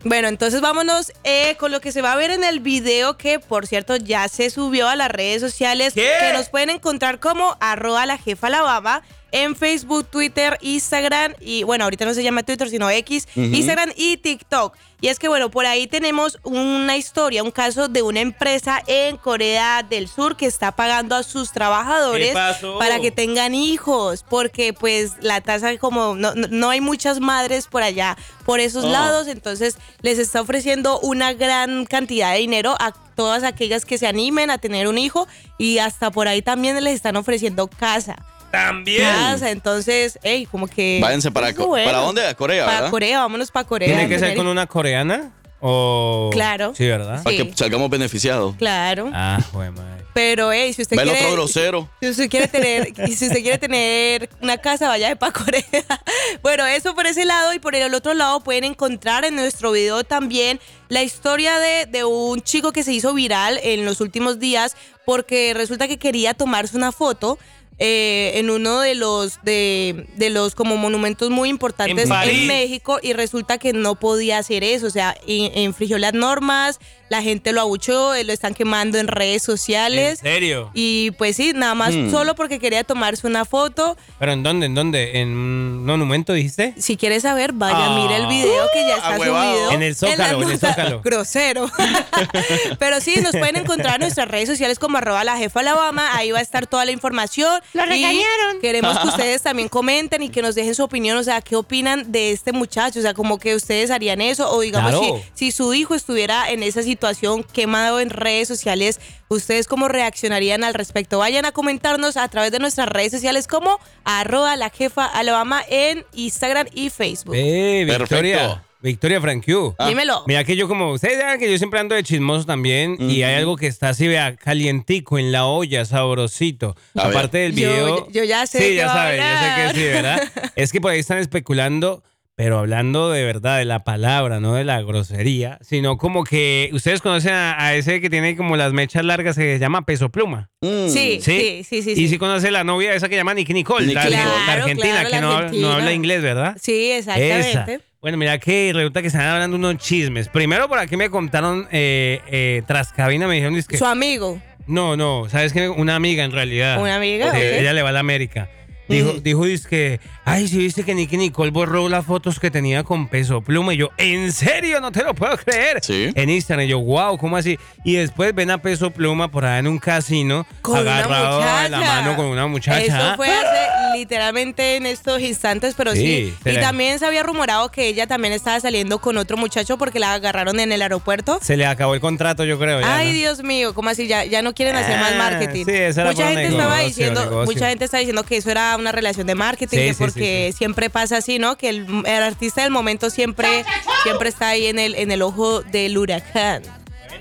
Bueno, entonces vámonos eh, con lo que se va a ver en el video que, por cierto, ya se subió a las redes sociales. Que nos pueden encontrar como arroba la jefa Alabama en Facebook, Twitter, Instagram y, bueno, ahorita no se llama Twitter, sino X,
Ujú.
Instagram y TikTok. Y es que, bueno, por ahí tenemos una historia, un caso de una empresa en Corea del Sur que está pagando a sus trabajadores
¿Qué pasó?
para que tengan hijos, porque pues la tasa como no, no- no hay muchas madres por allá, por esos
Ah.
lados, entonces les está ofreciendo una gran cantidad de dinero a todas aquellas que se animen a tener un hijo y hasta por ahí también les están ofreciendo casa. También. Casa, entonces, hey, como que...
Váyanse para
es
Co- ¿para dónde? ¿A Corea,
Para
verdad?
Corea, vámonos para Corea.
¿Tiene que ser
tener
con una coreana? O...
Claro.
Sí, ¿verdad?
Para que salgamos beneficiados.
Claro.
Ah, güey, madre.
Pero, hey, si usted
Ve el
quiere.
otro grosero.
Si usted quiere tener, y si usted quiere tener una casa, vaya de pa' Corea. Bueno, eso por ese lado y por el otro lado pueden encontrar en nuestro video también la historia de, de un chico que se hizo viral en los últimos días porque resulta que quería tomarse una foto. eh, en uno de los de, de los como monumentos muy importantes en,
En París.
México y resulta que no podía hacer eso, o sea, in- infringió las normas, la gente lo abuchó, eh, lo están quemando en redes sociales.
serio?
Y pues sí, nada más
Mm.
solo porque quería tomarse una foto.
¿Pero en dónde? ¿En dónde? ¿En un monumento dijiste?
Si quieres saber, vaya,
Ah.
mira el video que ya está
Ahuevado.
subido.
En el
las
Zócalo, en el
notas.
Zócalo.
Grosero. Pero sí, nos pueden encontrar en nuestras redes sociales como arroba la jefa Alabama. Ahí va a estar toda la información. Lo
regañaron.
Queremos que ustedes también comenten y que nos dejen su opinión. O sea, ¿qué opinan de este muchacho? O sea, como que ustedes harían eso. O digamos,
Claro.
si, si su hijo estuviera en esa situación quemado en redes sociales, ¿ustedes cómo reaccionarían al respecto? Vayan a comentarnos a través de nuestras redes sociales como arroba la jefa Alabama en Instagram y Facebook.
Eh, Victoria. Victoria Franquiu.
Ah. Dímelo.
Mira que yo como, ustedes saben que yo siempre ando de chismoso también y hay algo que está así, vea, calientico en la olla, sabrosito.
A ver.
Aparte del
Yo-
video.
yo ya sé
Sí,
que
ya
va a
sabes, ya sé
hablar.
que sí, ¿verdad? es que por ahí están especulando, pero hablando de verdad, de la palabra, no de la grosería, sino como que ustedes conocen a, a ese que tiene como las mechas largas, se llama peso pluma.
Sí, sí, sí, sí,
Y
sí.
si conoce la novia esa que llama Nicki Nicole,
Nicki
la, la
Nicole. Claro,
argentina,
claro,
que
la
no, no
argentina.
habla inglés, ¿verdad?
Sí, exactamente.
Esa. Bueno, mira que resulta que están hablando unos chismes. Primero por aquí me contaron, eh, eh, tras cabina me dijeron que...
Su amigo.
No, no, ¿sabes qué? Una amiga en realidad.
Una amiga,
Eh,
ok. Mm.
Ella le va a la América. Dijo, dijo que, ay, si viste que Nicky Nicole borró las fotos que tenía con peso pluma. Y yo, ¿en serio? No te lo puedo creer. En Instagram. Y yo, wow, ¿cómo así? Y después ven a peso pluma por allá en un casino,
Con una
agarrado de la
muchacha.
mano con una muchacha.
Eso fue hace literalmente en estos instantes, pero sí.
Sí, se
Y
la-
también se había rumorado que ella también estaba saliendo con otro muchacho porque la agarraron en el aeropuerto.
Se le acabó el contrato, yo creo. ya,
Ay,
¿no?
Dios mío, ¿cómo así? Ya, ya no quieren hacer más
Ah,
marketing.
sí, esa era
mucha
por
gente estaba
negocio,
diciendo,
negocio.
mucha gente está diciendo que eso era una relación de marketing,
Sí,
que
sí, sí,
porque siempre pasa así, ¿no? Que el, el artista del momento siempre, siempre está ahí en el, en el ojo del huracán.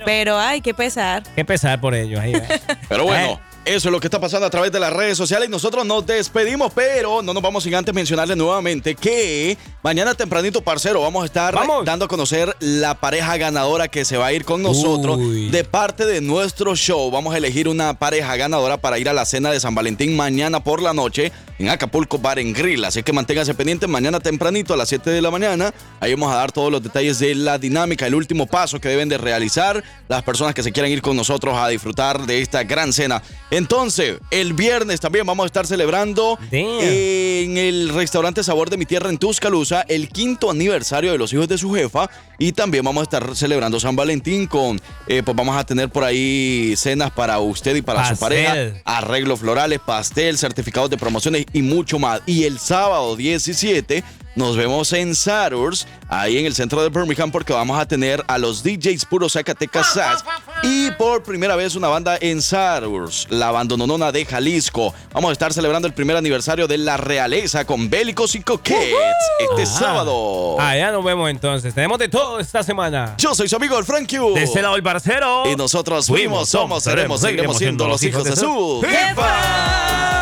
Pero ay, qué pesar.
Qué pesar por ellos. ahí va.
Pero bueno, eso es lo que está pasando a través de las redes sociales. Nosotros nos despedimos, pero no nos vamos sin antes mencionarles nuevamente que mañana tempranito, parcero, vamos a estar dando a conocer la pareja ganadora que se va a ir con nosotros de parte de nuestro show. Vamos a elegir una pareja ganadora para ir a la cena de San Valentín mañana por la noche en Acapulco Bar en Grill. Así que manténganse pendientes mañana tempranito a las 7 de la mañana. Ahí vamos a dar todos los detalles de la dinámica, el último paso que deben de realizar las personas que se quieran ir con nosotros a disfrutar de esta gran cena. Entonces, el viernes también vamos a estar celebrando eh, en el restaurante Sabor de mi Tierra en Tuscaloosa el quinto aniversario de los hijos de su jefa y también vamos a estar celebrando San Valentín con, eh, pues vamos a tener por ahí cenas para usted y para su
Pastel.
pareja arreglos florales, pastel, certificados de promociones y mucho más. Y el sábado 17 nos vemos en Sarors, ahí en el centro de Birmingham, porque vamos a tener a los DJs puros Zacatecas Sax. Y por primera vez una banda en Sarurs, la Bandononona de Jalisco. Vamos a estar celebrando el primer aniversario de la realeza con Bélicos y Coquets este
Ah.
sábado.
Allá nos vemos entonces. Tenemos de todo esta semana.
Yo soy su amigo el Frank Q.
De este lado el parcero.
Y nosotros fuimos, somos, seremos, seguiremos siendo los hijos de su jefa.